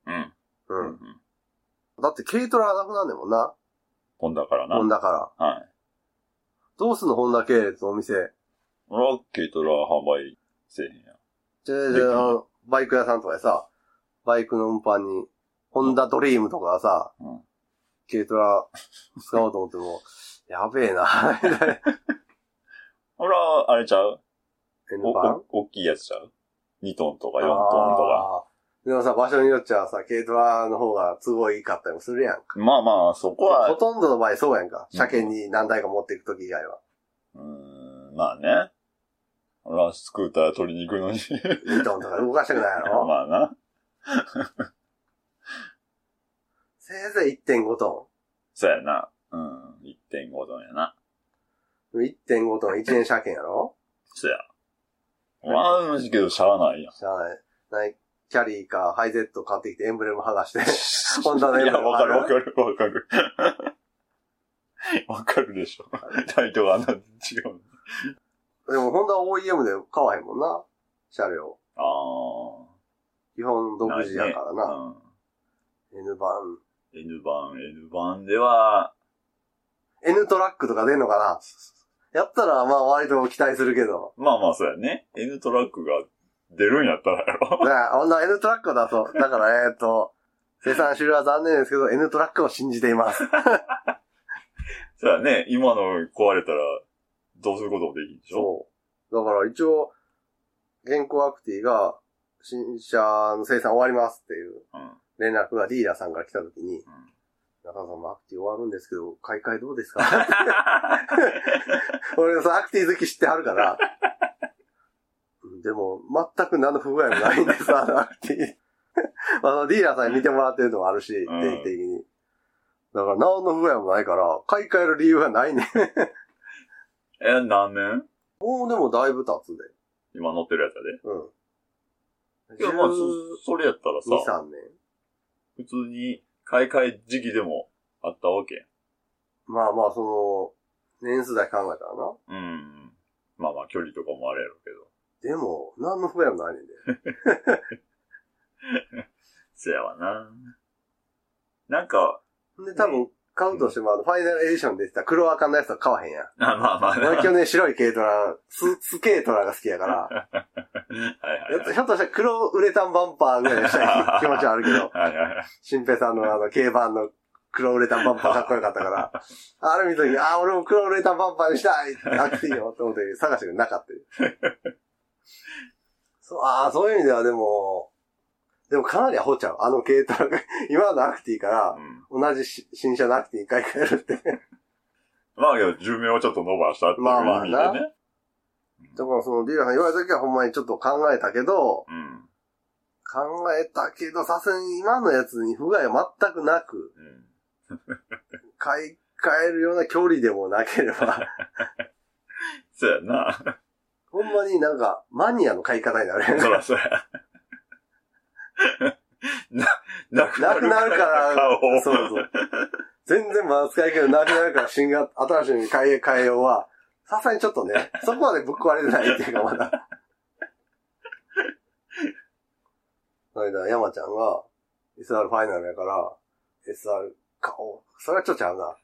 B: うん。う
A: うん。。だって軽トラがなくなんねんもんな。
B: 本だからな。
A: ホンダから。
B: はい。
A: どうすんのホンダ系列のお店。
B: 俺は軽トラ販売せえへんや。
A: じゃあじゃああの、バイク屋さんとかでさ、バイクの運搬に、ホンダドリームとかがさ、
B: うん
A: 軽トラ使おうと思っても、 [LAUGHS] やべえ
B: [LAUGHS]
A: な、みたいな。
B: 俺は、あれちゃう
A: 円
B: お、
A: 盤
B: お、大きいやつちゃう ?2 トンとか4トンと
A: あ
B: か。
A: ーでもさ、場所によっちゃさ、軽トラの方が都合いいかったりもするやんか。
B: まあまあ、そこ
A: ほ
B: は、
A: とんどの場合そうやんか。
B: うん
A: 車検に何台か持っていくとき以外は。
B: うーん、まあね。俺はスクーター取りに行くのに。
A: 2トン
B: [LAUGHS]
A: とか動かしたくないやろ
B: まあな。
A: せいぜい1.5ト
B: そうやな。うん。1.5トンやな。
A: ン。1.5トン1年車検やろ
B: そうや。まあ、むしけど、しゃあないやん。
A: しゃあない。ないキャリーかハイゼット買ってきてエンブレム剥がして、ホンダのエンブ
B: い
A: レ
B: や、
A: ム
B: わかるわかるわかる。わかるでしょ。タイトルあんな違う。
A: でもホンダは OEM で買わへんもんな。車両。
B: あ
A: 基本独自やから
B: あ。
A: な。
B: うん。
A: N 版。
B: N 版、N 版では、
A: N トラックとか出んのかなやったら、まあ割と期待するけ
B: [LAUGHS]
A: ど。
B: まあまあ、そうやね。N トラックが出るんやったらやろ。 [LAUGHS]
A: ね、あんな N トラックを出そう。だから、えーっと、生産終了は残念ですけど、N トラックを信じています。
B: そうやね。今の壊れたら、どうすることもできるでしょ
A: そう。だから一応、現行アクティが、新車の生産終わりますっていう
B: う。ん。
A: 連絡がディーラーさんから来た時に、中田さんもアクティ終わるんですけど、買い替えどうですか俺さ、アクティ好き知ってはるから。うんでも、全く何の不具合もないん
B: [LAUGHS]
A: です、あのアクティ。あの、ディーラ [LAUGHS] ーさんに見てもらってるのもあるし、
B: ん
A: 定期的に。だから、何の不具合もないから、買い替える理由がないね。
B: [LAUGHS] え、何年
A: もうでもだいぶ経つで。
B: 今乗ってるやつや
A: うん。
B: で。いや、まあ、そ、それやったら
A: 12、
B: さ、
A: 3年。
B: 普通に買い替え時期でもあったわけ。
A: まあまあ、その、年数代考えたらな。
B: うん。まあまあ、距離とかもあれやろうけど。
A: でも、何の不具合もないねんで。
B: せやわな。なんか、
A: で、多分、買うとしても、あの、ファイナルエディションで出てた黒赤のやつは買わへんやん。
B: あまあまあな。
A: 俺
B: [LAUGHS] はい
A: 去年白い軽トラ、ス、スケートラが好きやから、
B: はいはい。
A: ひょっとしたら黒ウレタンバンパーぐらいにしたい気持ちはあるけ
B: [LAUGHS]
A: ど、
B: はいはいはい。
A: 新平さんのあの、軽バンの黒ウレタンバンパーかっこよかったから、あれ見た時、ああ、俺も黒ウレタンバンパーにしたいアクティよって思って探してなかったよ。そう、ああ、そういう意味ではでも、でもかなりアホちゃう。あの軽トラが、 [LAUGHS] 今のアクティから、
B: うん
A: 同じし新車のアクティに買い換えるって。
B: まあけど、寿命をちょっと伸ばしたっていう
A: まあまあ
B: 意味でね。
A: だからそのディーラーさん言われた時はほんまにちょっと考えたけど、
B: うん。
A: 考えたけど、さすがに今のやつに不具合は全くなく、
B: うん。
A: 買い替えるような距離でもなけれ [LAUGHS] ば、
B: そうやな。
A: ほんまになんか、マニアの買い方になるよね
B: そらそら。 [LAUGHS] な、なくなる
A: なくなるから
B: 顔を。
A: そうそう。全然まだ使いけどなくなるから、新が、新しいのに買い替えようは、さすがにちょっとね、そこまでぶっ壊れてないっていうかま [LAUGHS] だ。それだ、山ちゃんが、SR ファイナルやから、SR 買おう。それはちょっとちゃうな。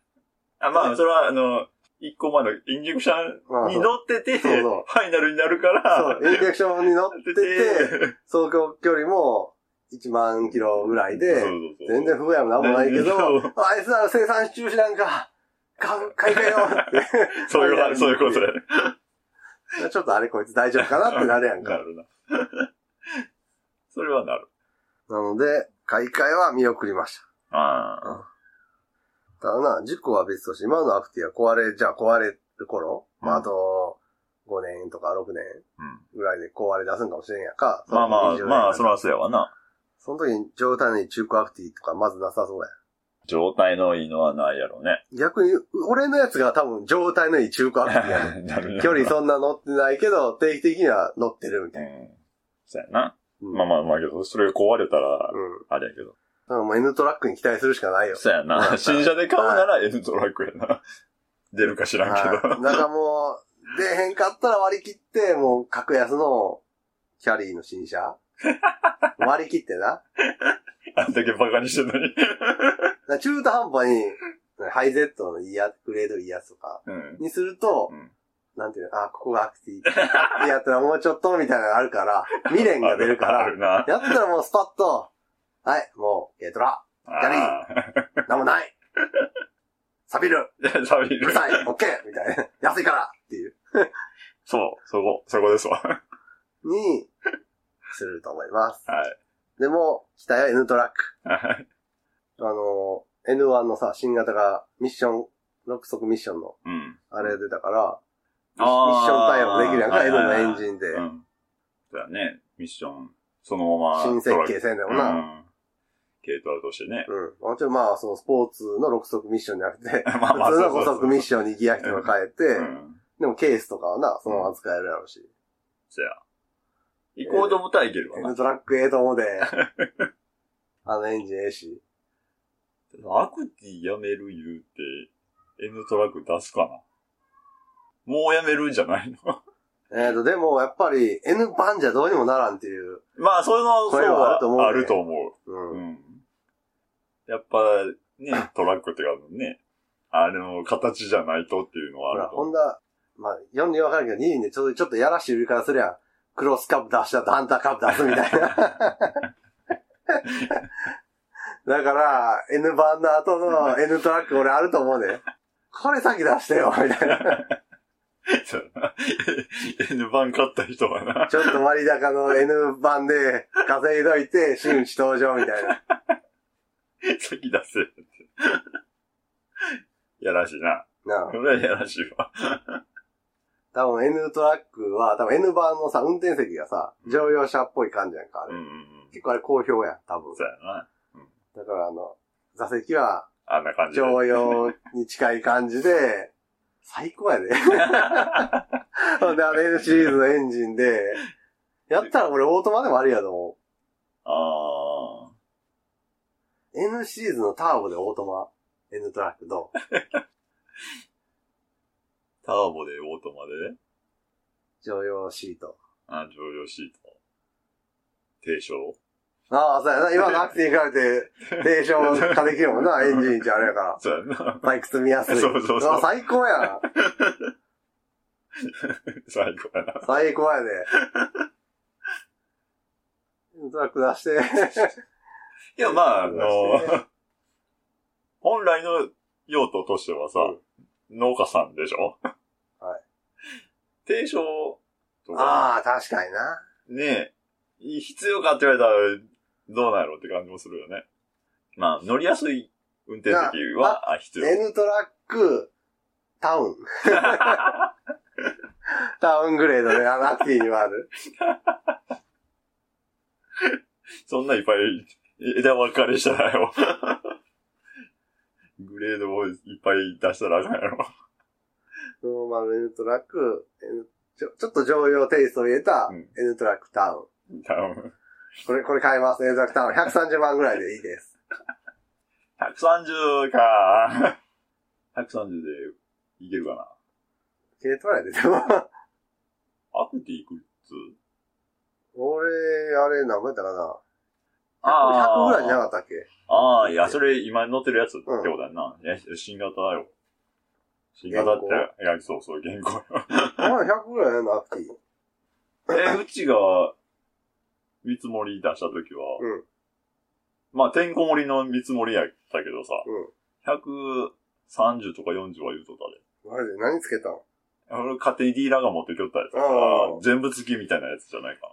B: あまあ、それは、あの、一個前のインジェクションに乗ってて、フ
A: そうそう
B: ァイナルになるから、
A: そう、インジェクションに乗ってて、
B: て、
A: 走行距離も1万キロぐらいで
B: そう、そうそう
A: 全然不具合もなんもないけど、
B: そ
A: あ
B: う
A: SR 生産中止なんか、買う、買い替えようっ
B: そういう話、そういうことや。
A: て。ちょっとあれこいつ大丈夫かなってなるやん
B: な
A: か。
B: るな。 [LAUGHS] それはなる。
A: なので、買い替えは見送りまし
B: ああ。
A: た。ただな、事故は別として、今のアクティは壊れ、じゃあ壊れる頃、まあ、
B: うん
A: あと、5年とか6年
B: うん。
A: ぐらいで壊れ出すんかもしれんやんか。
B: まあま
A: の20
B: あ、
A: 年
B: まあ、そらそうやわな。
A: その時に状態に中古アクティとかまずなさそうや。
B: 状態のいいのはないやろうね。
A: 逆に、俺のやつが多分状態のいい中古アクティ
B: [LAUGHS]
A: やね距離
B: う。
A: そんな乗ってないけど、定期的には乗ってるみ
B: う
A: たい
B: ん。そうやな。
A: な。
B: まあまあまあけど、それが壊れたら
A: う、ん。
B: あれやけど。
A: だからもう N トラックに期待するしかないよ。
B: そうや
A: まあ
B: な。新車で買うなら N トラックやな。出るか知らんけ
A: はい。
B: ど
A: なんかもう、出へんかったら割り切って、もう格安のキャリーの新
B: [LAUGHS]
A: 車割り切ってな。だか
B: あんだけバカにしてんのに。
A: ら中途半端に、ハイゼットのいいや、グレードいいやつとか、
B: うん。
A: にすると、
B: うん
A: なんていうの、あ、ここがアクティ、アクティやったらもうちょっとみたいなのがあるから、未練が出るか
B: [LAUGHS] あ
A: ら
B: る、な。
A: やったらもうスパッと、はい、もう、ゲートラ、
B: あ [LAUGHS]
A: なんもない、 [LAUGHS] 錆びる、
B: ーサビ
A: うる
B: る。
A: さ
B: [LAUGHS]
A: い、オッケーみたいな、安いからっていう、
B: そう、そこ、そこですわ。は
A: に、すると思います。
B: い。 [LAUGHS]
A: でも、機体は N トラック。
B: はい。
A: あの、N1 のさ、新型がミッション、6速ミッションの、
B: うん。
A: あれ出たから、ミ
B: あー
A: ッション対応できるやんか、
B: はい
A: N
B: はい
A: の
B: は
A: エ
B: い
A: ンジンで、
B: うん。そうやね。ミッション、そのまま。
A: 新設計せんで
B: だ
A: もな。
B: ん。軽トラとしてね。 [LAUGHS]
A: うん。もちろんまあ、そのスポーツの6速ミッションじゃなくて、
B: まあまあ、
A: 普通の
B: そう
A: 5
B: そうそ
A: 速
B: う
A: ミッションにギア1を変えて、
B: うん。
A: でもケースとかはな、そのまま使えるやろうし。
B: そや。行こうと思ったらいけるわ
A: N
B: な。
A: トラックええと思うで。 [LAUGHS] あのエンジンええし。
B: アクティやめる言うて、N トラック出すかな。もうやめるんじゃないの [LAUGHS]
A: えっと、でもやっぱり N 版じゃどうにもならんっていう。
B: まあ、それの、
A: 声はあると思うね
B: あると思う。
A: う。
B: うんん。やっぱ、 [LAUGHS] ね、トラックっていうかね、あの、形じゃないとっていうのは
A: ほ
B: あ
A: ら、
B: ると思
A: ホ
B: う。
A: ンダ、まあ、4に分かるけど、2輪でちょっと、ちょっとやらしい売り方すりゃ、クロスカップ出したとハンターカップ出すみたい
B: [LAUGHS]
A: な。だから、N 版の後
B: [LAUGHS]
A: の N トラック俺あると思うね。これ先出してよ、みたいな。
B: そうやな [LAUGHS] N 版買った人はな。 [LAUGHS]
A: ちょっと割高の N 版で稼いどいて、真打ち登場みたいな。
B: 先出せって。やらしいな。
A: なあ
B: これはやらしいわ。
A: 多分 N トラックは、多分 N 版のさ、運転席がさ、乗用車っぽい感じやんか、あ
B: う
A: れ。
B: んうんうん。
A: 結構あれ好評やん、多分
B: そ。うやな。
A: だからあの、座席は
B: あんな感じで。
A: 乗用に近い感じで、最高や
B: [LAUGHS]
A: で。ほんで、あの N シリーズのエンジンで、やったら俺オートマでもありやと思
B: あ
A: う。N シリーズのターボでオートマ。N トラックどう
B: ー。ターボでオートマでね。
A: 乗用シート。
B: あ、乗用シート。低床
A: ああ、そうやな。今のアクティに比
B: [LAUGHS]
A: べて、低床化できるもんな、エンジンじゃあれやから。
B: そうやな。
A: バイク積みやすい。
B: そうそうそう
A: わ最高やん。
B: 最高やな。
A: 最高やで。トラック出して。
B: いや、まあ、あ
A: そうです
B: の、本来の用途としてはさ、農家さんでしょ
A: はい。
B: 低床とか、
A: ああ、確かにな。
B: ねえ、必要かって言われたら、どうなんやろって感じもするよね。まあ、乗りやすい運転席は、あ、必要。
A: N トラック、タ
B: [LAUGHS]
A: ウン。タウングレードで、あの、アクティにはある。
B: そんないっぱい枝分かれしたらよ。グレードをいっぱい出したらあかんやろ。
A: ノーマル N トラック、N ちょちょっと常用テイストを入れた
B: うん
A: N トラックタウン。
B: 多分
A: これ、これ買います。N トラックタウン。130万ぐらいでいいです。
B: 130か。130でいけるかな。
A: 軽トラやで、でも。
B: アクティいくつ
A: 俺、あれ、何ぼやったかな。100
B: あー
A: ぐらいじゃなかったっけ
B: ああ、いや、それ今乗ってるやつってことやんな。いや新型だよ。新型って、いや、そうそう、原稿よ。
A: お前100ぐらいやの、アクティ。
B: え、うちが、見積もり出したときは、
A: うん
B: まあ、てんこ盛りの見積もりやったけどさ、
A: うん。
B: 130とか40は言うとったで。
A: マジで何つけたん
B: 俺勝手にディーラーが持ってきよったやつだか
A: う
B: ら
A: ん、
B: 全部付きみたいなやつじゃないか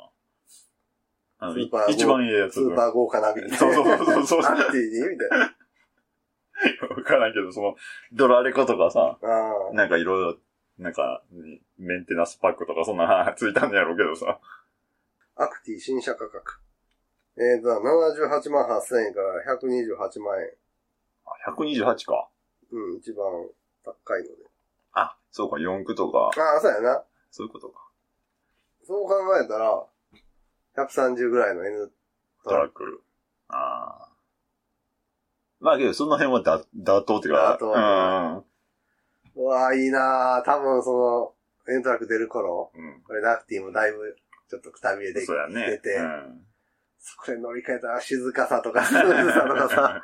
B: な。あの
A: スーパー
B: 一番いいやつ。
A: スーパー豪華なビ
B: そうそうそうそうそう。
A: アクティにみたいな。
B: わからんけど、その、ドラレコとかさ、
A: ああ。
B: なんかいろいろ、なんか、メンテナンスパックとかそんなついたんやろうけどさ。
A: アクティ新車価格。えーと、78万8000円から128万円。
B: あ128か。
A: うん、一番高いので。
B: あ、そうか、4区とか、
A: ああ、そうやな。
B: そういうことか。
A: そう考えたら、130ぐらいの N
B: ドラッグ。ああ。まあけど、その辺はだ妥当っていう
A: 妥
B: か、
A: 当うわあ、いいなー多分その、N トラック出る頃、
B: うん。うん。
A: これラフティもだいぶ、ちょっとくたびれてき
B: そうやね。
A: 出て、
B: うん
A: そこで乗り換えたら静かさとか、ス [LAUGHS] ムーズさとか
B: [LAUGHS]
A: さ、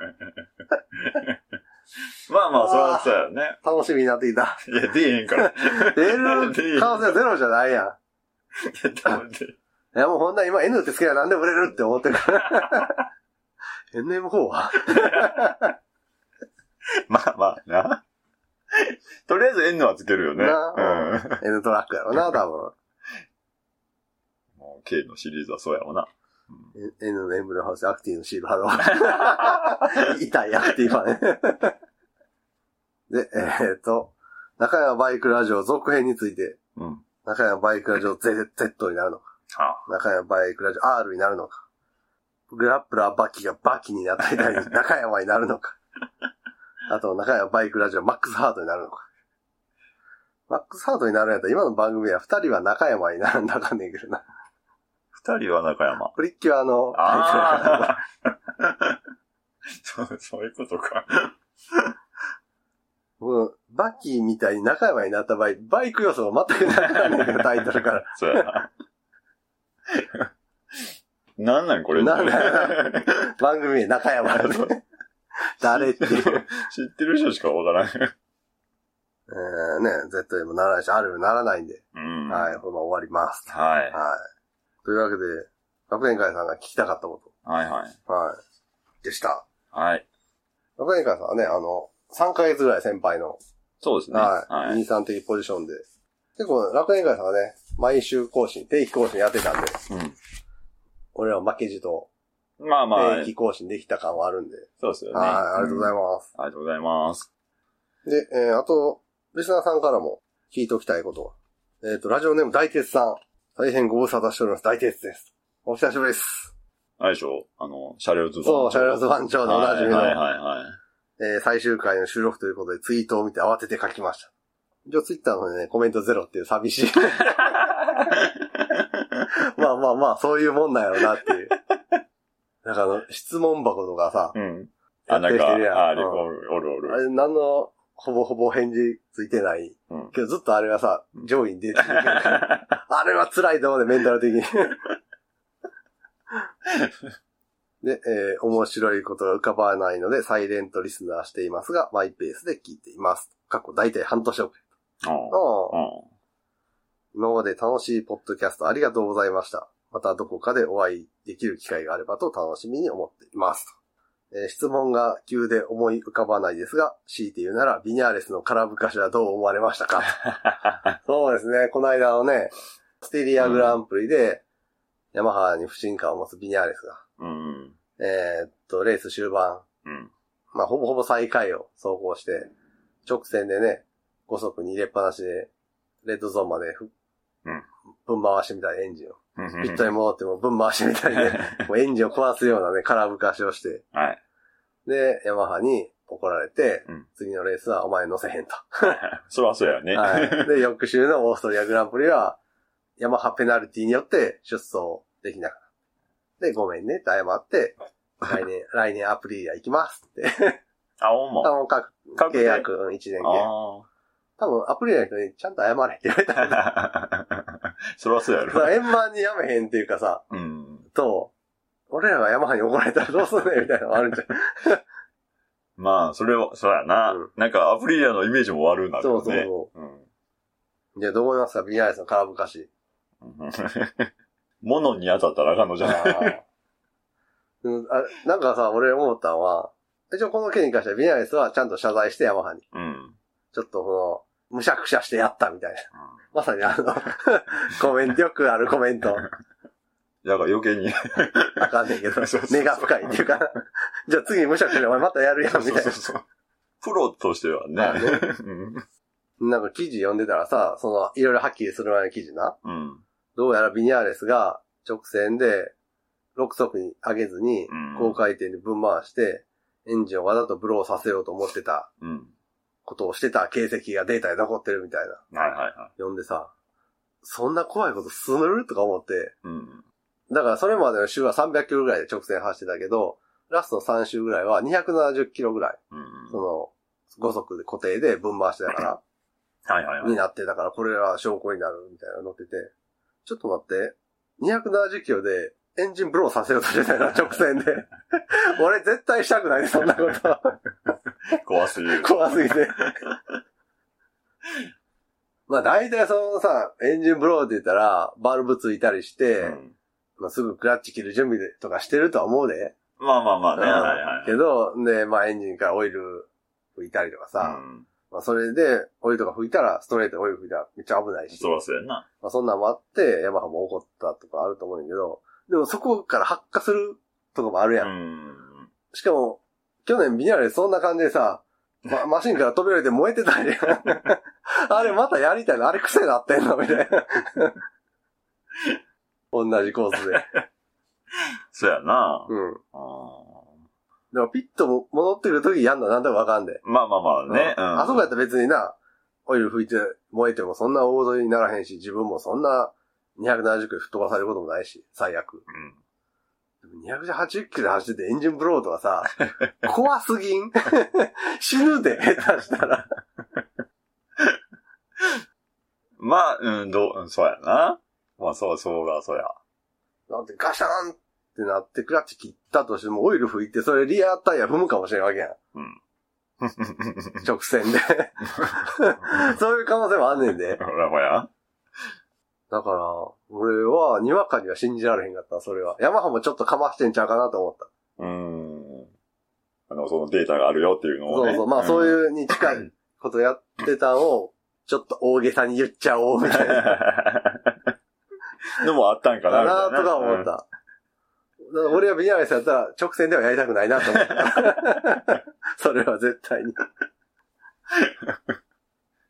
B: まあまあ、それはそうやね。
A: 楽しみになってき
B: [LAUGHS]
A: た。
B: いや、出えへんから。
A: 出る可能性ゼロじゃないやん。
B: 多分出
A: い
B: え
A: やもうほんなら今 N ってつけりゃ何でも売れるって思ってるから。NM4 は
B: [LAUGHS] まあまあな。とりあえず N はつけるよね。
A: な
B: う
A: ?N トラックやろな、多
B: ん。もう K のシリーズはそうやわな。
A: 分。N のエンブレムハウス、アクティのシールハロー。 [LAUGHS] 痛いアクティファね。で、えっ、と、中山バイクラジオ続編について、
B: うん。うん。
A: 中山バイクラジオ ZZ になるのか、
B: あ
A: 中山バイクラジオ R になるのか、グラップラーバキがバキになった
B: [LAUGHS]
A: みたいに中山になるのか、あと中山バイクラジオマックスハートになるのか。マックスハートになるんやったら今の番組は二人は中山になるんだかんねんけどな。
B: 二人は中山。
A: プリッキュアの
B: ああ。 [LAUGHS] そう、そういうことか。
A: もうバキみたいに中山になった場合、バイク要素が全くなくなるんだけど、タイトルから。
B: そうやな。 [LAUGHS] なんなんこれ。
A: なんな番組名中山。誰っていう。
B: [LAUGHS] 知ってる人しかわからん。
A: えー、ね、Z にもならないし、R にもならないんで、
B: うん。
A: はい、。このまま終わります。
B: は
A: は
B: い。
A: い。というわけで、学年会さんが聞きたかったこ
B: はいはい。
A: と。はい。でした。
B: はい。
A: 学年会さんはね、あの、3ヶ月ぐらい先輩の、
B: そうですね。
A: はい、
B: はい。
A: 兄さん的ポジションで、結構、学年会さんはね、毎週更新、定期更新やってたんで、俺らも負けじと、
B: うん。まあまあ
A: 定、期更新できた感はあるんで、
B: そうですよね。
A: はい、ありがとうござい
B: ま
A: ます。
B: す。ありがとうございます。
A: で、えー、あと、リスナーさんからも聞いておきたいことが。えっ、と、ラジオネーム大鉄さん。大変ご無沙汰しております。大鉄です。お久しぶりです。
B: あれでしょあの、車両図
A: そう、シャルロス番長のおなじみの、
B: はいはいはいはい。
A: えー最終回の収録ということでツイートを見て慌てて書きました。一応ツイッターのね、コメントゼロっていう寂
B: [LAUGHS]
A: しい。まあまあまあ、そういうもんなんやろなっていう。なんかあの、質問箱とかさ、
B: うん。あ、
A: [LAUGHS] やっ
B: な
A: て
B: ん
A: る
B: か、
A: 人いるやん
B: あれ、
A: うん
B: おるおるお
A: あ
B: る。
A: れ、何の、ほぼほぼ返事ついてない。
B: うん
A: けどずっとあれがさ、上位に出てくる
B: [LAUGHS]
A: から。あれは辛いと思うね、メンタル的に。で、えー面白いことが浮かばないので、サイレントリスナーしていますが、マイペースで聞いています。過去大体半年遅れ。
B: [LAUGHS] う
A: ああ
B: ん
A: 今まで楽しいポッドキャストありがとうございました。またどこかでお会いできる機会があればと楽しみに思っていますと。えー質問が急で思い浮かばないですが、強いて言うなら、ビニャーレスの空ぶかしはどう思われましたかそうですね。この間のね、ステリアグランプリで、ヤマハに不信感を持つビニャーレスが、
B: うん。うん。
A: えーっと、レース終盤、
B: うん。
A: まあ、ほぼほぼ最下位を走行して、直線でね、5速に入れっぱなしで、レッドゾーンまでふ、
B: うん
A: ぶん回してみたいエンジンを。
B: うん
A: ピットに戻ってもぶん回してみたいで、もうエンジンを壊すようなね、空ぶかしをして、
B: [LAUGHS] はい。
A: で、ヤマハに怒られて、
B: うん
A: 次のレースはお前乗せへんと。
B: それはそうやね。
A: はい。で、翌週のオーストリアグランプリは、ヤマハペナルティによって出走できなかった。で、ごめんねって謝って、来年、来年アプリリア行きますって。
B: [LAUGHS] あ、ほん
A: あ
B: ま。
A: の、各
B: 確定
A: 契約1年契約。
B: あ
A: 多分アプリリアの人にちゃんと謝れって言われ
B: [LAUGHS]
A: た。
B: あ。 [LAUGHS] それはそうや
A: だから
B: ろ。
A: 円満にやめへんっていうかさ、
B: うん。
A: と、俺らがヤマハに怒られたらどうすんねんみたいなのもあるん
B: [LAUGHS]
A: じゃん。
B: まあ、それは、そうやな。
A: うん
B: なんか、アプリリアのイメージも悪いなる
A: そう
B: よね。
A: そうそ
B: うん
A: う。じゃあどう思いますかビニアレスの空ぶかし。
B: [LAUGHS] 物に当たったらあかんのじゃない
A: うんあなんかさ、俺思ったのは、一応この件に関してはビニアレスはちゃんと謝罪してヤマハに。
B: うん。
A: ちょっとこの、むしゃくしゃしてやったみたいな。まさにあの、 [LAUGHS] コメント、よくあるコメント。
B: だから余計に。
A: あかんねんけど
B: そうそう、そう
A: 根が深いっていうか、じゃあ次むしゃくしゃお前またやるやんみたいな。
B: そう。プロとしてはね。
A: まあね
B: うん
A: [LAUGHS] なんか記事読んでたらさ、その、いろいろはっきりする前の記事な。
B: うん。
A: どうやらビニャーレスが直線で6速に上げずに
B: うん、
A: 高回転でぶん回して、エンジンをわざとブローさせようと思ってた
B: うん。
A: ことをしてた形跡がデータに残ってるみたいな。
B: はいはいはい。
A: 読んでさ、そんな怖いことするとか思って、
B: うん。
A: だからそれまでの週は300キロぐらいで直線走ってたけど、ラスト3週ぐらいは270キロぐらい、
B: うん。
A: その、5速で固定でぶん回してたか
B: はいはい
A: ら、
B: はい
A: に。なって、だからこれは証拠になるみたいなの載ってて、ちょっと待って、270キロでエンジンブローさせようとしてた
B: [LAUGHS]
A: よな、直線で。俺絶対したくない、そんなこと。
B: 怖すぎる。
A: 怖すぎて。まあ大体そのさ、エンジンブローって言ったら、バルブついたりして、
B: うん
A: まあ、すぐクラッチ切る準備とかしてるとは思うで。
B: まあまあまあね。
A: うん
B: はいはい。
A: けど、で、まあエンジンからオイル拭いたりとかさ、
B: うん
A: まあそれでオイルとか拭いたら、ストレートでオイル拭いたらめっちゃ危ないし、
B: そらそうやな。
A: まあそんなんもあって、ヤマハも怒ったとかあると思うんだけど、でもそこから発火するとかもあるや。
B: うんん。
A: しかも、去年ビニャレそんな感じでさ、
B: [LAUGHS]
A: ま、マシンから飛び降りて燃えてたんや。あれまたやりたいのあれ癖なってんのみたい
B: [LAUGHS]
A: な。同じコースで。
B: [LAUGHS] そうやな。
A: うん。
B: あ
A: でもピットも戻ってくるときやんのなんとかわかんで。
B: ーまあまあまあね。
A: う
B: うんん
A: あそこやったら別にな、オイル拭いて燃えてもそんな大取りにならへんし、自分もそんな270キロ吹っ飛ばされることもないし、最悪。 [LAUGHS]
B: うん
A: でも280キロで走っててエンジンブローとか [LAUGHS] さ、怖すぎん [LAUGHS] 死ぬで、下手したら。
B: まあ、うん、どう、うんそうやな。まあそう、そうら
A: [LAUGHS]
B: そうや。
A: なんてガシャンってなってクラッチ切ったとしてもオイル拭いてそれリアタイヤ踏むかもしれんわけやん。直線 [LAUGHS] で。そういう可能性もあんねんで。
B: ほらほや。
A: だから、俺は、にわかには信じられへんかった、それは。ヤマハもちょっとかましてんちゃうかなと思った。
B: うん。あの、そのデータがあるよっていうのを
A: そ
B: ね。。
A: うそう。まあ、そういううに近いことやってたんを、ちょっと大げさに言っちゃおう、みたいな。 [LAUGHS]
B: のもあったんかな
A: か
B: みたい
A: なとか思っ。た。だから俺はビニャーレスやったら、直線ではやりたくないなと思った。 [LAUGHS] それは絶対に。
B: うん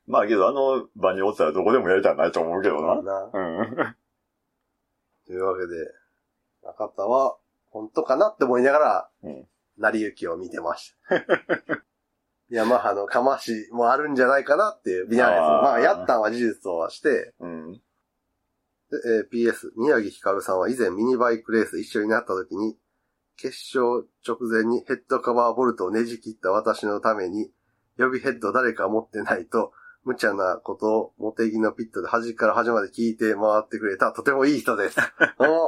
B: まあけど、あの場におったらどこでもやりたくないと思うけどな。
A: な
B: うん。
A: というわけで、中田は、本当かなって思いながら、
B: うん
A: 成り行きを見てました。 [LAUGHS] ヤマハのかましもあるんじゃないかなっていう、ビニャーレス。
B: あー
A: まあ、やったんは事実とはして、
B: うん。
A: で、えー PS、宮城ひかるさんは以前ミニバイクレース一緒になった時に、決勝直前にヘッドカバーボルトをねじ切った私のために、予備ヘッド誰か持ってないと、無茶なことをモテギのピットで端から端まで聞いて回ってくれた、とてもいい人です。お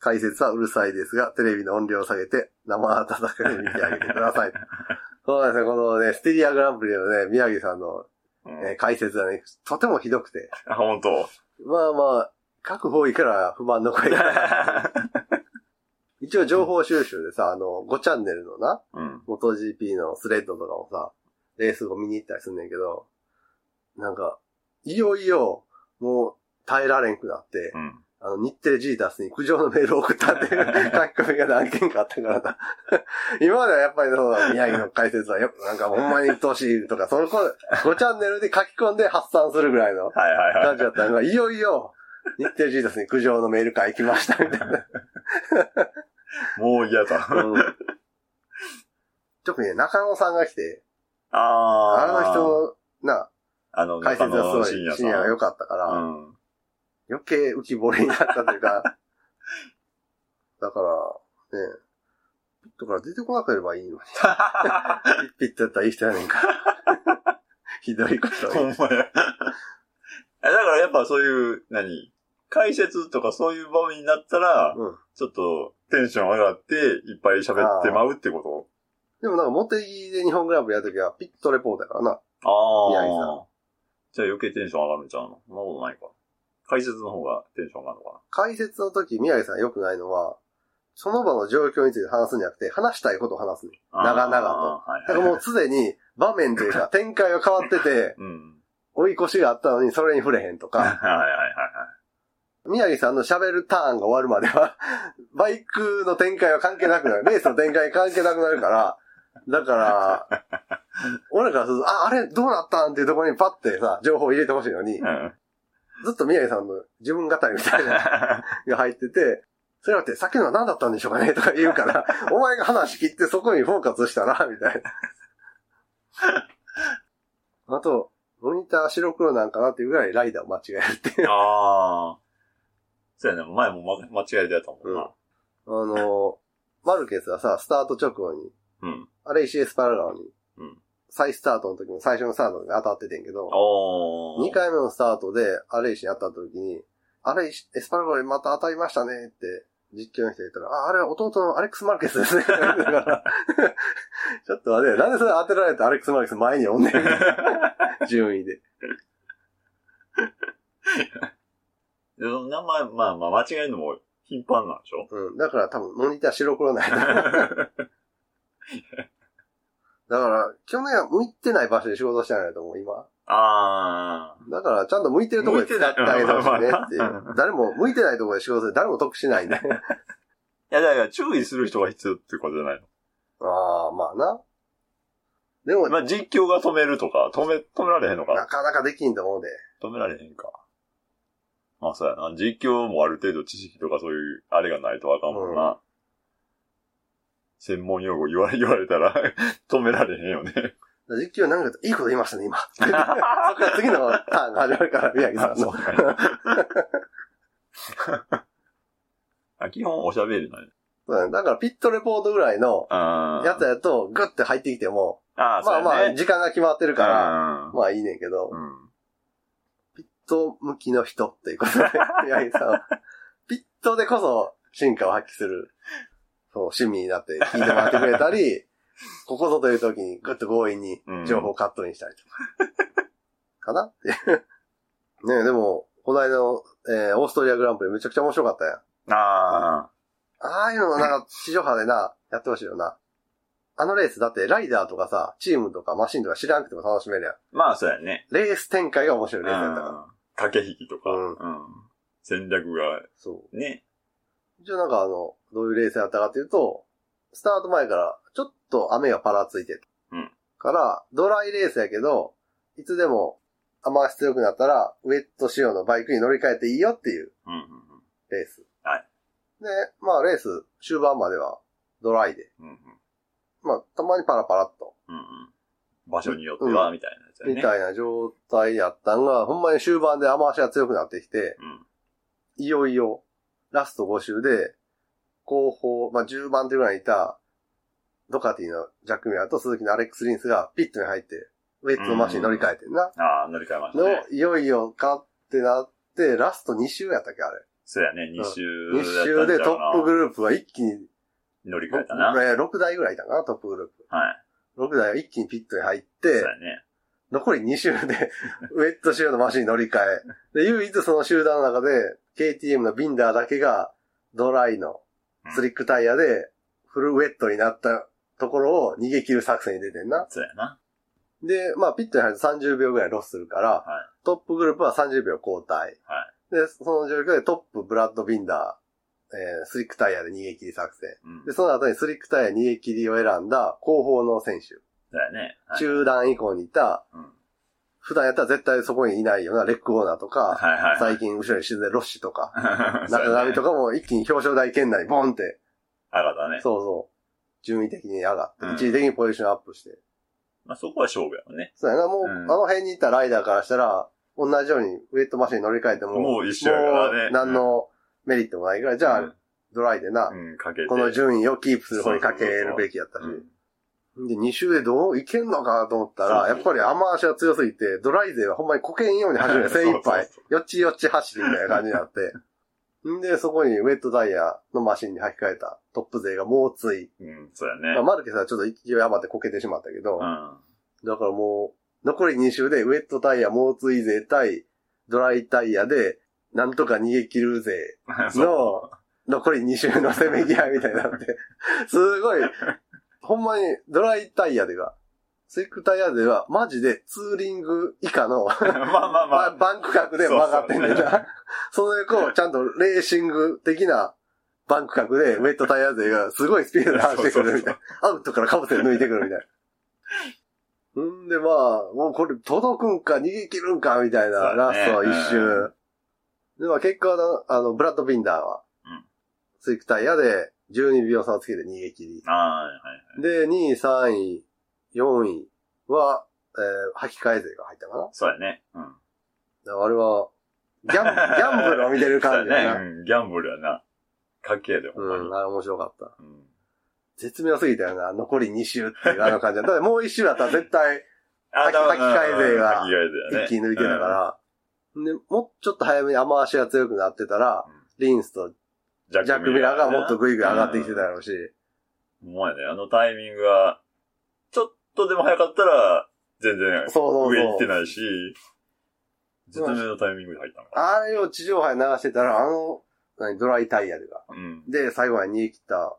A: 解説はうるさいですが、テレビの音量を下げて、生温かく見てあげてください。そうですね、このね、ステリアグランプリのね、宮城さんの、
B: うん
A: えー解説はね、とてもひどくて、
B: あ、本当。
A: まあまあ、各方位から不満の声が。一応情報収集でさ、あの、5チャンネルのな、
B: うん。
A: 元 GP のスレッドとかもさ、レース後見に行ったりすんねんけど、なんか、いよいよ、もう耐えられんくなって、
B: うん。
A: あの、日テレジータスに苦情のメールを送ったっていう書き込みが何件かあったからな。今まではやっぱりその宮城の解説はよく、なんかほんまに鬱陶しいとか、その頃、5チャンネルで書き込んで発散するぐらいの。
B: はいはいはい。
A: 感じだったのが、いよいよ、日テレジータスに苦情のメール会来ましたみたいな。
B: もう嫌だ。
A: うん特にね、中野さんが来て、
B: あ
A: あ
B: あ。
A: の人な、
B: あの、
A: 解説がすごい、
B: 深
A: 深
B: 夜さん。
A: 夜が良かったから、
B: うん。
A: 余計浮き彫りになったというか、 [LAUGHS] だから、ね、ピットから出てこなければいい [LAUGHS] のに。ピットやったらいい人やねんから。 [LAUGHS] ひどいこと
B: [LAUGHS] ほん
A: を
B: まや。だからやっぱそういう、何解説とかそういう場面になったら、
A: うん
B: ちょっとテンション上がって、いっぱい喋ってまうってこ
A: でもなんか、モテギで日本グランプリやるときは、ピットレポートやからな。
B: とあ
A: 宮
B: あ
A: 城さ
B: ー。じゃあ余計テンション上がるんちゃうのそんなことないか。解説の方がテンション上がるのか
A: 解説の時、宮城さん良くないのは、その場の状況について話すんじゃなくて、話したいことを話すね。
B: な。
A: 長々と
B: あー。はい
A: だから
B: はい
A: もうすでに場面というか展開が変わってて、
B: うん。
A: 追い越しがあったのにそれに触れへんと
B: [LAUGHS] はい
A: か、
B: はいはいはい。
A: 宮城さんの喋るターンが終わるまでは、 [LAUGHS] バイクの展開は関係なくなる。レースの展開関係なくなるから、だから、俺からすると、あ、あれどうなったんっていうところにパッてさ、情報入れてほしいのに、
B: うん。
A: ずっと宮城さんの自分語りみたいなのが入ってて、それだって、さっきのは何だったんでしょうかねとか言うから、 [LAUGHS] お前が話切ってそこにフォーカスしたら、みたいな。あと、モニター白黒なんかなっていうぐらいライダーを間違えるっていう。
B: ああ。そうやね。前もま間違えてやったもんな。
A: あの、マルケスはさ、スタート直後に、
B: うん。
A: あれ石エスパラガオに
B: うん、
A: 再スタートの時の最初のスタートが当たっててんけど、
B: おー。
A: 2。回目のスタートで、アレイシに当たった時に、アレイシ、エスパルゴにまた当たりましたねって、実況の人が言ったら、あ、あれは弟のアレックス・マルケスですね。だ [LAUGHS] から、ちょっと待て、なんでそれ当てられてアレックス・マルケス前におんねん。 [LAUGHS] 順位で。
B: でも名前、まあまあ間違えるのも頻繁なんで
A: [LAUGHS]
B: しょ
A: うん。だから多分、モニター白黒ない。だ [LAUGHS] から、去年は向いてない場所で仕事してないと思う、今。
B: あ
A: だから、ちゃんと向いてるところで使ってあげてほしいね [LAUGHS] ってい。
B: 向いてないう
A: 誰も、向いてないところで仕事する誰も得しないんで。
B: あ。いや、だから注意する人が必要っていうことじゃない
A: ああ、まあな。でも
B: の。、まあ実況が止めるとか、止め、止められへんのか
A: なかなかできんと思うで。
B: 止められへんか。まあそうやな。実況もある程度知識とかそういう、あれがないとあかんもんな。専門用語言われ、 [LAUGHS] 言われたら止められへんよ
A: [LAUGHS]
B: ね。
A: 実況なんかいいこと言いましたね、今。そっから次のターンが始まるから、宮城さんの。
B: [LAUGHS] あ基本おしゃべりなんや。
A: そうだねだから、ピットレポートぐらいの
B: あー
A: やつやと、グッて入ってきても、
B: あー、
A: まあま
B: そうや
A: あ、
B: ね
A: 時間が決まってるから、
B: うん
A: まあいいねんけど、
B: うん。
A: ピット向きの人っていうことで、宮城さんは。
B: [LAUGHS]
A: ピットでこそ、進化を発揮する、そう、趣味になって聞いてもらってくれた
B: [LAUGHS]
A: り、ここぞという時にグッと強引に情報をカットインしたりとか。かなっていう。ねえでも、この間の、えーオーストリアグランプリめちゃくちゃ面白かったやん。
B: あ
A: ああいうのなんか地上波でな、やってほしいよな。あのレースだってライダーとかさ、チームとかマシンとか知らなくても楽しめるやん。
B: あ、まあそうやね。
A: レース展開が面白
B: う
A: い
B: ん
A: レースやったから。
B: 駆け引きとか、
A: うん
B: うん戦略が
A: そ
B: ね。
A: う。一応なんかあの、どういうレースやったかっていうと、スタート前からちょっと雨がパラついてる。
B: うん
A: から、ドライレースやけど、いつでも雨足強くなったら、ウェット仕様のバイクに乗り換えていいよっていう
B: うんうんうん
A: レース。
B: はい。
A: で、まあレース終盤まではドライで、
B: うんうん
A: まあたまにパラパラっと
B: うんうん場所によっては、みたいなやつやね。
A: みたいな状態やったんが、ほんまに終盤で雨足が強くなってきて、
B: うん
A: いよいよ、ラスト5周で、後方、まあ、10番手ぐらいにいた、ドカティのジャック・ミラーと鈴木のアレックス・リンスがピットに入って、ウェットのマシンに乗り換えてんな。
B: ああ、乗り換えました
A: の
B: ね。、
A: いよいよ、かってなって、ラスト2周やったっけあれ。
B: そうやね、2周
A: 2周でトップグループは一気に、
B: 乗り換えたな。はい。
A: えー6台ぐらいいたかな、トップグループ。6台は一気にピットに入って、
B: そうやね。
A: 残り2周で、 [LAUGHS] ウェット仕様のマシンに乗り換え。で、唯一その集団の中で、KTM のビンダーだけが、ドライのスリックタイヤで、フルウェットになったところを逃げ切る作戦に出てんな。
B: そうやな。
A: で、まあ、ピットに入ると30秒ぐらいロスするから、
B: は
A: トップグループは30秒交代。
B: は
A: で、その状況でトップ、ブラッド、ビンダー、えースリックタイヤで逃げ切り作戦。
B: い。うん
A: で、。その後にスリックタイヤ逃げ切りを選んだ後方の選手。
B: そうやね。はい
A: 中段以降にいた、
B: うん
A: 普段やったら絶対そこにいないようなレッグオーナーとか、
B: はい [LAUGHS] はい。
A: 最近後ろに沈んでるロッシとか、
B: 中
A: 中並みと
B: か。
A: かも一気に表彰台圏内にボンって、
B: あがだね。
A: [LAUGHS] そうそう、順位的に上がって、
B: うん
A: 一時的にポジションアップして。
B: まあそこは勝負やもんね。
A: そうやな、もう、
B: うん
A: あの辺にいたライダーからしたら、同じようにウェットマシンに乗り換えても、
B: もう一緒やからね
A: もう何のメリットもないぐらい、じゃあ、
B: うん
A: ドライでな、
B: うん、かけて。
A: この順位をキープする方にかけるべきやったし。
B: うん
A: で、2周でどういけんのかなと思ったら、
B: そう
A: やっぱり雨足が強すぎて、ドライ勢はほんまにこけんように走る。精一杯
B: [LAUGHS] そうそう、
A: よっちよっち走りみたいな感じになって。 [LAUGHS] んで、そこにウェットダイヤのマシンに履き替えたトップ勢が猛追。
B: うん、そうや
A: まあ、
B: ね。
A: マルケスはちょっと勢い余ってこけてしまったけど、
B: うん。
A: だからもう、残り2周でウェットタイヤ猛追勢対ドライタイヤで、なんとか逃げ切る勢の、残り2周のせめぎ合いみたいになって、 [LAUGHS] すごい、ほんまにドライタイヤでは、スイックタイヤでは、マジでツーリング以下の、
B: [LAUGHS] まあまあま
A: バ
B: あ。
A: バンク角で曲がってんねん
B: そうそう
A: な。 [LAUGHS] それこう、ちゃんとレーシング的なバンク角で、ウェットタイ
B: [LAUGHS]
A: ヤ勢がすごいスピードで走ってくるみたいな。アウトからカブセル抜いてくるみたいうんでまあ、もうこれ届くんか逃げ切るんかみたいな、
B: そうだ
A: ラ
B: ね
A: スト一
B: う
A: 周。でまあ結果はあの、ブラッド・ビンダーは
B: うん、
A: ツイクタイヤで12秒差をつけて逃げ切り。
B: ああ、はいはい。
A: で、2位、3位、4位は、えー、履き替え勢が入ったかなだか
B: そうやね。うん。
A: らあれは、ギャ
B: [LAUGHS]
A: ン、ギャンブルを見てる感じ
B: そう
A: だ
B: や
A: な。
B: ね。うんギャンブルやな。かっけえで、ほんまに
A: うん、。あれ面白かった。
B: うん
A: 絶妙すぎたよな。残り2周っていうあの感じだ。だってもう1周だったら絶対、
B: あ
A: 書き書き換え勢が
B: 書き換え勢やね。
A: 一気に抜いてたから、で、もうちょっと早めに雨足が強くなってたら
B: うん、
A: リンスと
B: ジ
A: ジャック・ミラーがもっとグイグイ上がってきてたやろうし、
B: うん。ほんまやね。あのタイミングが、ちょっとでも早かったら、全然
A: そうそう
B: 上行っ
A: そ
B: て
A: う。
B: ないし、絶対のタイミングで入ったのかな。
A: あれを地上波に流してたら、あの、何ドライタイヤルが。
B: うん。
A: で、最後に逃げ切った、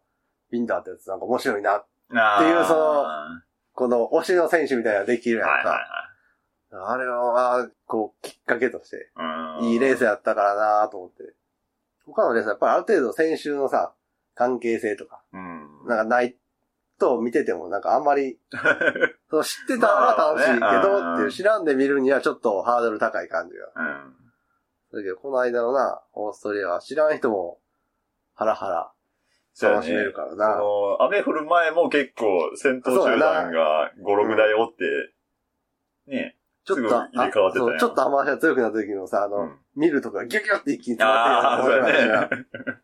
A: ビンダーってやつなんか面白いな。
B: あー
A: っていうその
B: は
A: この推しの選手みたいなのできる
B: い
A: やん
B: はい
A: か。あれは、こう、きっかけとして、
B: はい。うん
A: いいレースやったからなと思って。他のレースはやっぱりある程度選手のさ、関係性とか、
B: うん。
A: なんかないと見ててもなんかあんま
B: [LAUGHS]
A: りそう知ってたら楽しいけ
B: まあまあね
A: どって
B: う
A: い
B: ん
A: う、知らんで見るにはちょっとハードル高い感じが。
B: うん。
A: だけど、この間のな、オーストリアは知らん人も、ハラハ
B: そう
A: ラ
B: や
A: 楽
B: ね
A: しめるから
B: あ
A: な。
B: の、雨降る前も結構戦闘集団が5、6台おって、ね。
A: ちょっと、
B: すごい入れ替わってたんや
A: そうちょっと雨足が強くなった時のさ、あの、
B: うん
A: 見るとかギュギュって一気に詰ま
B: ああ、
A: って
B: そう
A: るような
B: や
A: 感
B: ね。 [LAUGHS]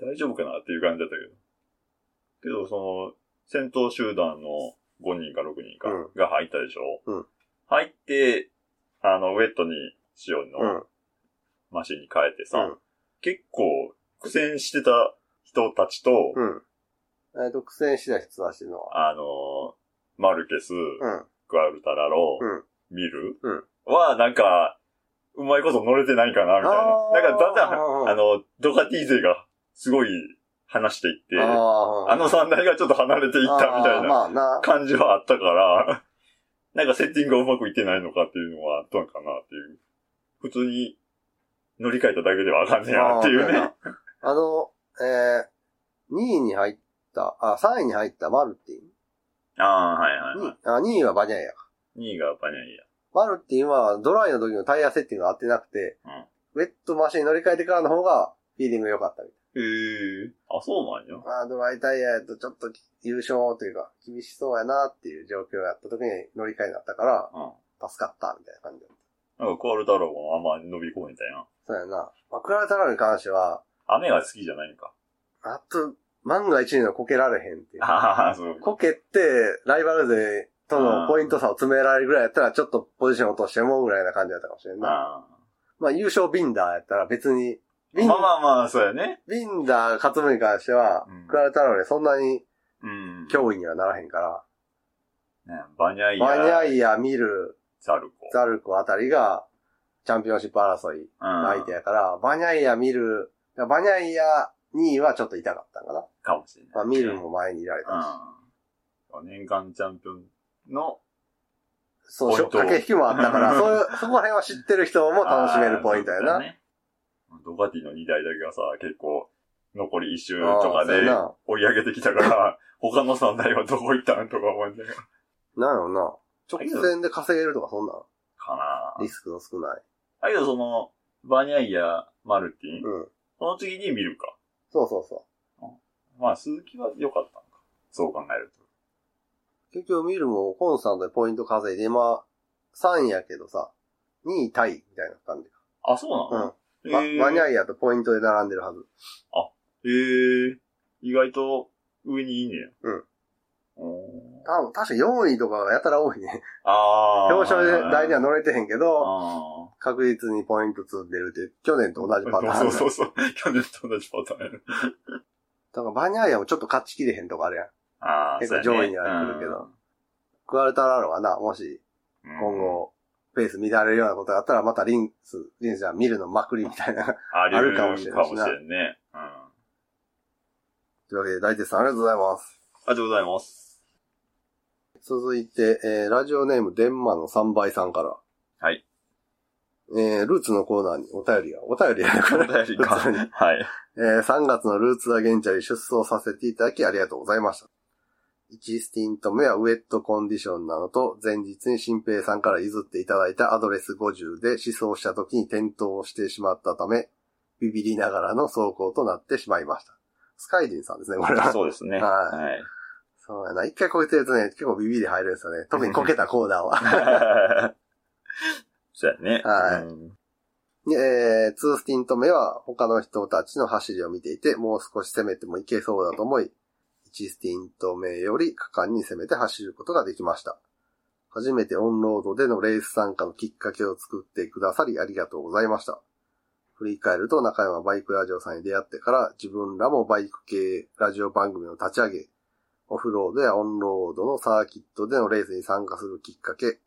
B: 大丈夫かなっていう感じだったけど。けど、その、戦闘集団の5人か6人か
A: うん
B: が入ったでしょ
A: うん
B: 入って、あの、ウェットにしよう
A: じが。うん
B: の。マシンに変えてさ、
A: うん
B: 結構苦戦してた人たちと、
A: うん。えっと、苦戦しない人たちのは。
B: あの、マルケス、
A: うん。
B: クアルタラロ、
A: うん
B: ミル、
A: うん
B: は、なんか、うまいこと乗れてないかな、みたい
A: あー
B: な。なんか、だんだん、
A: うん
B: あの、ドカティ勢が、すごい、離していって、あ
A: あー
B: の三台がちょっと離れていったみたい
A: あー
B: な
A: まあな。
B: 感じはあったから、 [LAUGHS] なんかセッティングがうまくいってないのかっていうのはあったのかなっていう。普通に乗り換えただけではあかんねやなっていうね。
A: あの、えー、2位に入った、あ、3位に入ったマルティン。
B: [LAUGHS] ああー、はいはい
A: に
B: は
A: あ2位はバニャイアか。
B: い。2位がバニャイ
A: マルティンはドライの時のタイヤセッティングが合ってなくて、ウェットマシンに乗り換えてからの方がフィーリング良かったみた
B: ヤ。へえ。あ、そうなんや。
A: いな。あードライタイヤやとちょっと優勝というか、厳しそうやなっていう状況やった時に乗り換えになったから、
B: うん。
A: 助かったみたいな感じだった。
B: なんか、クアルタロもあんま伸び込めたやん。
A: そうやな。まあ、クラルタラに関しては、
B: 雨が好きじゃない
A: [LAUGHS]
B: んか。
A: あと、万が一にはこけられへんっていう。
B: ああ、そう。
A: こけて、ライバル勢とのポイント差を詰められるぐらいやったら、ちょっとポジション落としてもぐらいな感じだったかもしれんない。
B: あ
A: まあ、優勝ビンダーやったら別に、
B: ー
A: ビン
B: まあまあまあ、そうやね。
A: ビンダーが勝つ分に関しては
B: うん、
A: クラルタロでそんなに
B: うん。
A: 脅威にはならへんから、
B: 日、ね、バニャイヤ。
A: バニャ
B: イ
A: イア、ミル、
B: ザルコ。
A: ザルコあたりが、チャンピオンシップ争いの相手
B: うん。
A: やから、バニャイア、ミル、バニャイア2位はちょっと痛かったんかな。
B: かもしれない。
A: まあ、ミルも前にいられたし。
B: うん。年間チャンピオンの、
A: そう、
B: ポイント
A: 駆け引きもあったから、そういう、そこら辺は知ってる人も楽しめるポイントや
B: [LAUGHS] あーそ
A: な。
B: うだねドカティの2台だけがさ、結構、残り1周
A: あー
B: とか
A: そ
B: で
A: うやな
B: 追い上げてきたから、 [LAUGHS] 他の3台はどこ行ったんとか思いながら。
A: なんやろな。直線で稼げるとかそんな
B: かな
A: リスクの少ない。
B: だけどその、バニャイヤ、マルティン、
A: うん。
B: その次に見るか。
A: そうそうそ
B: まあ、鈴木は良かったのか。そう考えると。
A: う。結局ミルもコンスタントでポイント稼いで、今、3位やけどさ、2位タイみたいな感じか。
B: あ、そう
A: う
B: なの
A: ん。ま
B: へー
A: マニャイアとポイントで並んでるはず。
B: へえ意外と上にいいねや。
A: うん
B: おー。
A: 多分、確か4位とかがやたら多いね。
B: ああ。
A: 表彰台には乗れてへんけど、
B: あ
A: 確実にポイント積んでるっていう、去年と同じパターン
B: あ。
A: だ。
B: [LAUGHS] そうそうそう。去年と同じパターンやね。
A: だからバニャイアもちょっと勝ちきれへんとかあるやん。
B: ああ、
A: 結構
B: そうや
A: 上
B: ね
A: 位には来るけど。クアルタラロはな、もし、
B: うん
A: 今。後、ペース乱れるようなことがあったら、またリンス、リンスじゃん見るのまくりみたいな。
B: あり
A: あ
B: 得
A: る
B: る
A: か
B: か
A: も
B: も
A: し
B: し
A: れ
B: れ
A: んしな
B: ないね。うん。あ
A: というわけで、大鉄さんありがとうございます。
B: りがとうございます。
A: [LAUGHS] 続いて、えー、ラジオネーム、デンマの3倍さんから。
B: はい。
A: えー、ルーツのコーナーにお便りが、お便りが、
B: お便りか。
A: 普通に
B: はい。
A: えー、3月のルーツアゲンチャリ出走させていただきありがとうございました。 1スティント目はウェットコンディションなのと、前日に新平さんから譲っていただいたアドレス50で試走した時に転倒してしまったため、ビビりながらの走行となってしまいました。スカイジンさんですね、これは。
B: そうですね。
A: はい
B: はい。
A: そうやな。一回こけてるとね、結構ビビり入るんですよね。特にこけたコーナーは。
B: [LAUGHS] そうやね。
A: はい
B: うん
A: えー、2スティント目は他の人たちの走りを見ていて、もう少し攻めてもいけそうだと思い、1スティント目より果敢に攻めて走ることができました。初めてオンロードでのレース参加のきっかけを作ってくださりありがとうございました。振り返ると中山バイクラジオさんに出会ってから自分らもバイク系ラジオ番組を立ち上げ、オフロードやオンロードのサーキットでのレースに参加するきっかけ、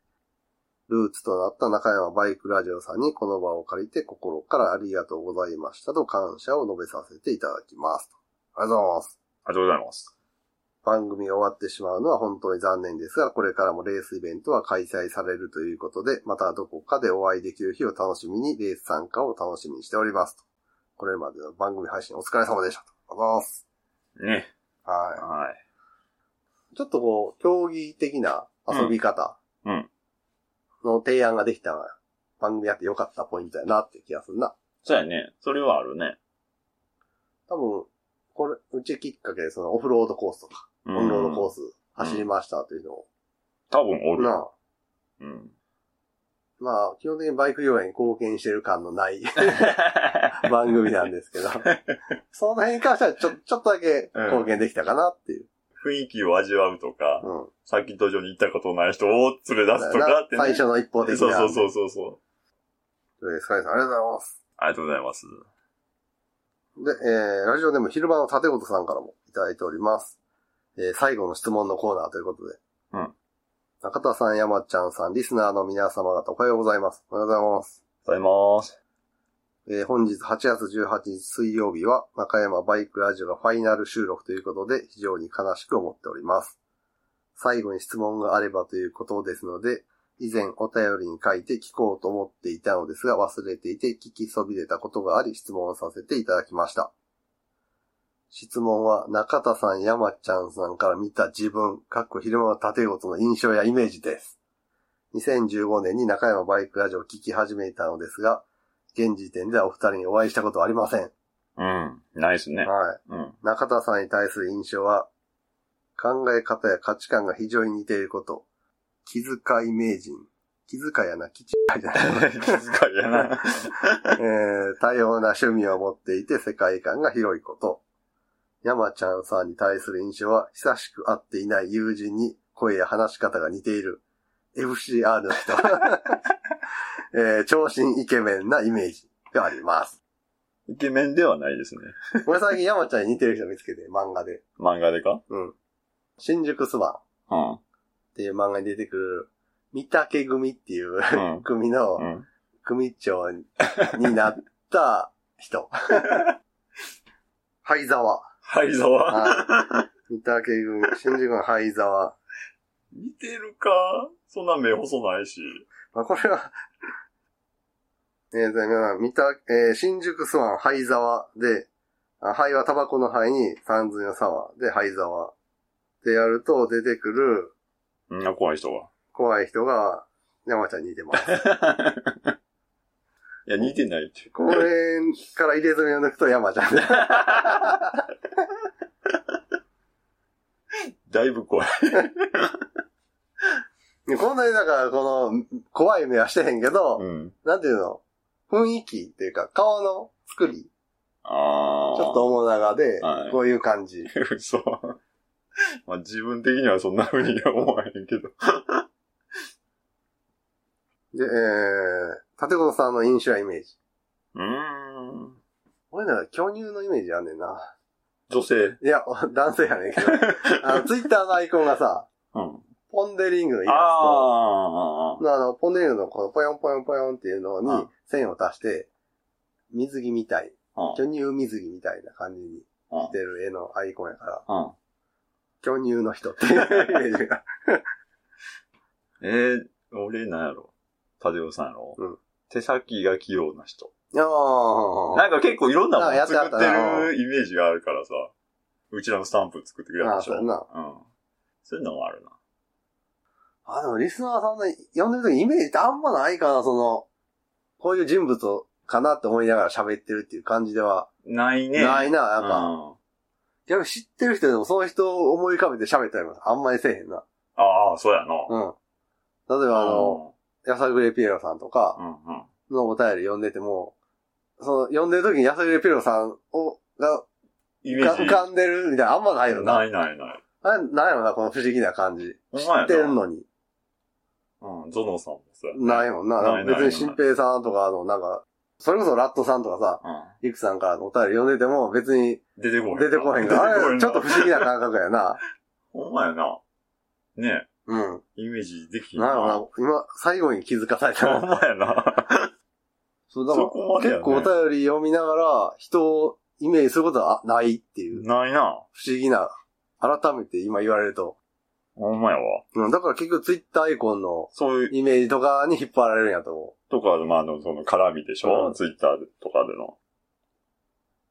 A: ルーツとなった中山バイクラジオさんにこの場を借りて心からありがとうございましたと感謝を述べさせていただきます。ありがとうございます。
B: ありがとうございます。
A: 番組が終わってしまうのは本当に残念ですが、これからもレースイベントは開催されるということで、またどこかでお会いできる日を楽しみに、レース参加を楽しみにしておりますと。これまでの番組配信お疲れ様でしたと。ありがとうございます。
B: ね。
A: は。
B: はい
A: ちょっとこう、競技的な遊び方
B: うんうん
A: の提案ができた番組やってよかったポイントやなって気がするな。
B: い。そうやね。それはあるね。
A: 多分、これ、うちきっかけでそのオフロードコースとか、
B: う
A: オ
B: ん
A: ンロードコース走りましたというのを、
B: 多分おる。
A: なあ
B: うん。
A: まあ、基本的にバイク用演に貢献してる感の
B: [LAUGHS]
A: ない番組なんですけど、その辺に関してはちょ、ちょっとだけ貢献できたかなっていう。
B: [LAUGHS] 雰囲気を味わうとか、
A: うん。
B: サーキット場に行ったことない人を連れ出すとかってね。
A: 最初の一方的な。
B: そうそうそうそうそう。
A: えースカイさんありがとうございます。
B: ありがとうございます。
A: で、えー、ラジオでも昼間の立本さんからもいただいております。えー、最後の質問のコーナーということで。
B: うん。
A: 中田さん、山ちゃんさん、リスナーの皆様方、おはようございます。おはようございます。
B: ありがとうございます。
A: えー本日8月18日水曜日は中山バイクラジオがファイナル収録ということで非常に悲しく思っております。最後に質問があればということですので、以前お便りに書いて聞こうと思っていたのですが忘れていて聞きそびれたことがあり質問させていただきました。質問は中田さん、山ちゃんさんから見た自分、かっこ昼間の縦ごとの印象やイメージです。2015年に中山バイクラジオを聞き始めたのですが、現時点ではお二人にお会いしたことはありません。
B: うん。ないですね。
A: は
B: うん。
A: い。中田さんに対する印象は、考え方や価値観が非常に似ていること。気遣い名人。気遣いやな、気遣いじゃない。
B: 気遣いやな。
A: えー多様な趣味を持っていて世界観が広いこと。山ちゃんさんに対する印象は、久しく会っていない友人に声や話し方が似ている。FCR の人。 [LAUGHS] えー、長身イケメンなイメージがあります。
B: [LAUGHS] イケメンではないですね。
A: 俺最近山ちゃんに似てる人見つけて、漫画で。
B: 漫画でか
A: うん。新宿スワンっ
B: うん。
A: ていう漫画に出てくる、三竹組っていう
B: うん。
A: 組の
B: うん。
A: 組長になった人。灰沢。
B: はい、ざわ。
A: はい。三竹組、新宿の灰沢。
B: 似てるかそんな目細ないし。
A: まあ、これは、えー、じゃあ皆さん、三竹、えー新宿スワン灰沢で、あ灰はタバコの灰に、三髄の沢で灰沢。でやると出てくる
B: うん、あ怖い人が。
A: 怖い人が山ちゃんに似てます。
B: いや、似てないって。
A: これから入れ墨を抜くと山
B: [LAUGHS]
A: ちゃん。
B: だいぶ怖い。
A: こんなにだから、この、怖い目はしてへんけど、
B: うん。
A: なんていうの雰囲気っていうか、顔の作り、ち
B: ああ。
A: ょっと面長で
B: はい、
A: こういう感
B: [LAUGHS]
A: じ。
B: 嘘。まあ自分的にはそんな風には思わへんけど。
A: で、えー、立本さんの印象やイメージ。
B: うーん。
A: 俺なら巨乳のイメージあんねんな。
B: 女性。
A: いや、 [LAUGHS] 男性やねん
B: [LAUGHS]
A: けど。あの、ツイッターのアイコンがさ、
B: うん。
A: ポンデリングのイ
B: あ
A: ラス
B: あ
A: ト。のあの、ポンデリングのこのポヨンポヨンポヨンっていうの
B: う
A: に
B: ん
A: 線を足して、水着みたい。
B: ああ。
A: 巨乳水着みたいな感じに
B: うん
A: してる絵のアイコンやから、
B: うん。
A: 巨乳の人っていうイメージ
B: [LAUGHS]
A: が。
B: えー、俺なんやろ。タデオさんやろ。
A: うん
B: 手先が器用な人。
A: あ
B: なんか結構いろんなも
A: あや
B: の
A: ってあ
B: 作
A: った
B: っ
A: な
B: てるイメージがあるからさ。うちらのスタンプ作ってくれ
A: あ、
B: た
A: あ
B: で
A: あ、
B: し
A: そう
B: ょ。
A: や
B: うん。
A: な。
B: そういうのもあるな。
A: あ、でもリスナーさんの呼んでる時イメージってあんまないかな、その、こういう人物をかなって思いながら喋ってるっていう感じでは。
B: ないね。
A: ないな、やっぱ。
B: うん。
A: 逆に知ってる人でもその人を思い浮かべて喋ったりもあんまりせえへんな。
B: ああ、そうやな。
A: うん。例えばあの、やさぐれピエロさんとか
B: うん、うんうん。
A: のお便り読んでても、その、読んでる時にやさぐれピエロさんを、が、
B: イメ
A: が
B: ージ。
A: 浮かんでるみたいな、あんまないよな。
B: ないないない。
A: あれ、なんやろな、この不思議な感じ。
B: ほんまや
A: 知
B: な
A: ってるのに。
B: うん、ゾノさんもそうやね
A: ないもんな。
B: ないないない
A: 別に新平さんとか、あの、なんか、それこそラットさんとかさ、
B: う
A: リクさんからのお便り読んでても別に
B: ん。出てこへん。
A: 出てこへんから、
B: 出て
A: あ
B: こへ
A: れ
B: ん
A: ちょっと不思議な感覚やな。
B: ほんまやな。ね
A: うん。
B: え、イメージできひん
A: なるほどな。今、最後に気づかされた
B: ほ [LAUGHS] んまや
A: [LAUGHS]
B: な。
A: そう、だか
B: そこまで
A: ら、
B: やね
A: 結構お便り読みながら、人をイメージすることはないっていう、
B: ないな。
A: 不思議な、改めて今言われると。
B: ほんまやわ。
A: うん、だから結局ツイッターアイコンの
B: そういう、
A: イメージとかに引っ張られるんやと思
B: とか、まあ、あの、その、絡みでし
A: う
B: ょ
A: ん
B: ツイッターとかでの。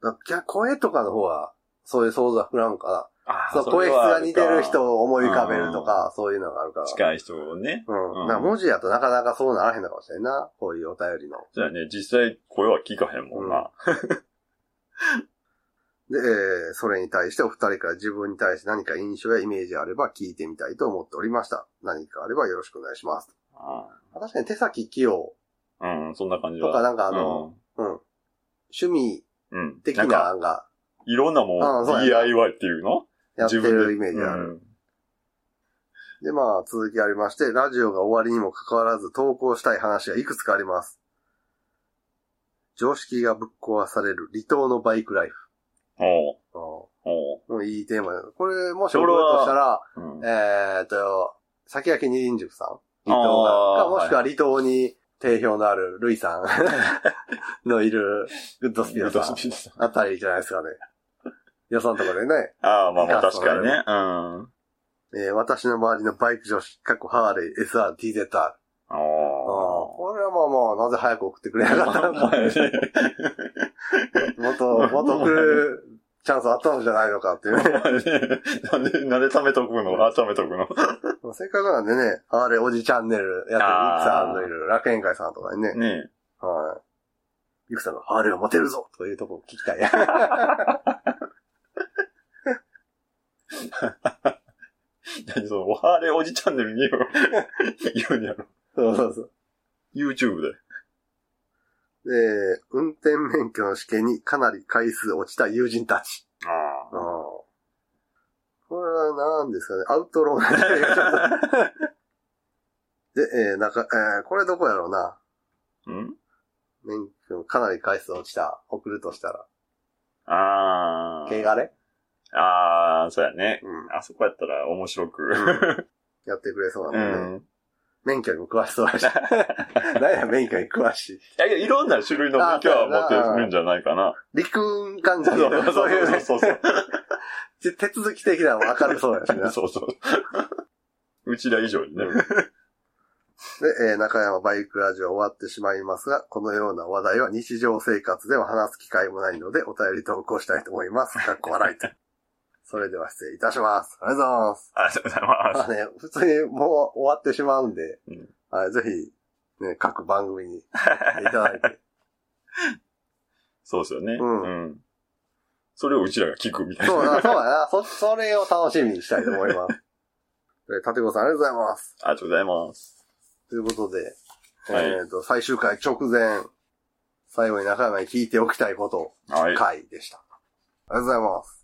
A: う。だから声とかの方は、そういう想像は膨らむか
B: あ
A: な。そう、声質が似てる。人を思い浮かべるとか、そういうのがあるから。
B: 近い人をね。
A: うん。
B: うん
A: だから文字やとなかなかそうならへんのかもしれんな。こういうお便りの。
B: じゃあね、実際声は聞かへんもんな。
A: で、えーそれに対してお二人から自分に対して何か印象やイメージあれば聞いてみたいと思っておりました。何かあればよろしくお願いします。あ確かに手先器用
B: うん、うんそんな感じだ。
A: とかなんかあの、、うん、趣味
B: うん。うん。
A: 的
B: なんか
A: な案が
B: いろんな
A: あ
B: も、
A: あそうんや
B: DIY っていうの
A: やってるイメージ
B: 自
A: あ
B: 分
A: る。
B: でうん
A: で、まあ、続きありまして、ラジオが終わりにもかかわらず投稿したい話がいくつかあります。常識がぶっ壊される離島のバイクライフ。
B: おう
A: あー
B: おう
A: もういいテーマだこれ、もし送るとしたら、
B: うん
A: えー、っと、先駆け二輪塾さん離島が
B: あ
A: か、
B: ー
A: もしくは離島に定評のあるルイさ [LAUGHS] んのいるグッドスピードさん
B: ミッドスピードさん
A: あたりじゃないですかね。予算とかでね、
B: ああ、まあまあ
A: ガス
B: 確
A: ト
B: か
A: だね
B: にね。うん。
A: えー私の周りのバイク女子、過去ハーレー、SR、TZR。
B: お
A: これはまあまあ、なぜ早く送ってくれなかったの
B: ー
A: [LAUGHS] か。もっと、もっと送るチャンスあったのじゃないのかって [LAUGHS] いうね。
B: お前ねなんで、なんで貯めとくのあ、貯めとくの
A: まあせっかくなんでね、ハーレーおじチャンネルやってる
B: あ
A: ゆき
B: ー
A: さんのいる楽園会さんとかにね、
B: ねえ。
A: はい。ゆきさんがハーレーを持てるぞというとこ聞きたい。 [LAUGHS]
B: 何その、ハーレーおじチャンネルに言う言うんやろ。
A: そうそうそう。
B: YouTube で。
A: で、運転免許の試験にかなり回数落ちた友人たち。
B: あ
A: うん。これは何ですかね、アウトロー [LAUGHS] な感じがちょっとで、えー、なんか、えー、これどこやろうな。
B: あ。ん
A: 免許かなり回数落ちた。送るとしたら。
B: ああ。
A: 毛がれ
B: ああ、そうやね。
A: うん。
B: あそこやったら面白く。
A: やってくれそう
B: う
A: なもんね。
B: ん。
A: 免許にも詳しそう
B: [LAUGHS]
A: だし。何や、免許に詳しい。
B: いやいや、いろんな種類の免許は持ってるんじゃないかな。
A: 陸運関係
B: そうそうそう
A: そういうね、
B: そうそう。
A: 手続き的なのも明るそうだしな。
B: そうそう。うちら以上にね。
A: で、えー中山バイクラジオ終わってしまいますが、このような話題は日常生活では話す機会もないので、お便り投稿したいと思います。かっこ笑い
B: [LAUGHS]
A: と。それでは失礼いたします。ありがとうございます。
B: ありがとうございます
A: まあ。ね、普通にもう終わってしまうんで、
B: うん
A: はいぜひ、ね、各番組にいただいて。
B: そうですよね。
A: うん
B: うん。それをうちらが聞くみた
A: [LAUGHS]
B: い
A: そう
B: な。
A: だな、そうだな。そ、それを楽しみにしたいと思い
B: [LAUGHS]
A: ます。えー立子さんありがとうございます。
B: ありがとうございます。
A: ということで、
B: はい
A: えっ、と、最終回直前、最後に中山に聞いておきたいこと、
B: はい。ありが
A: 回でした。ありがとうございます。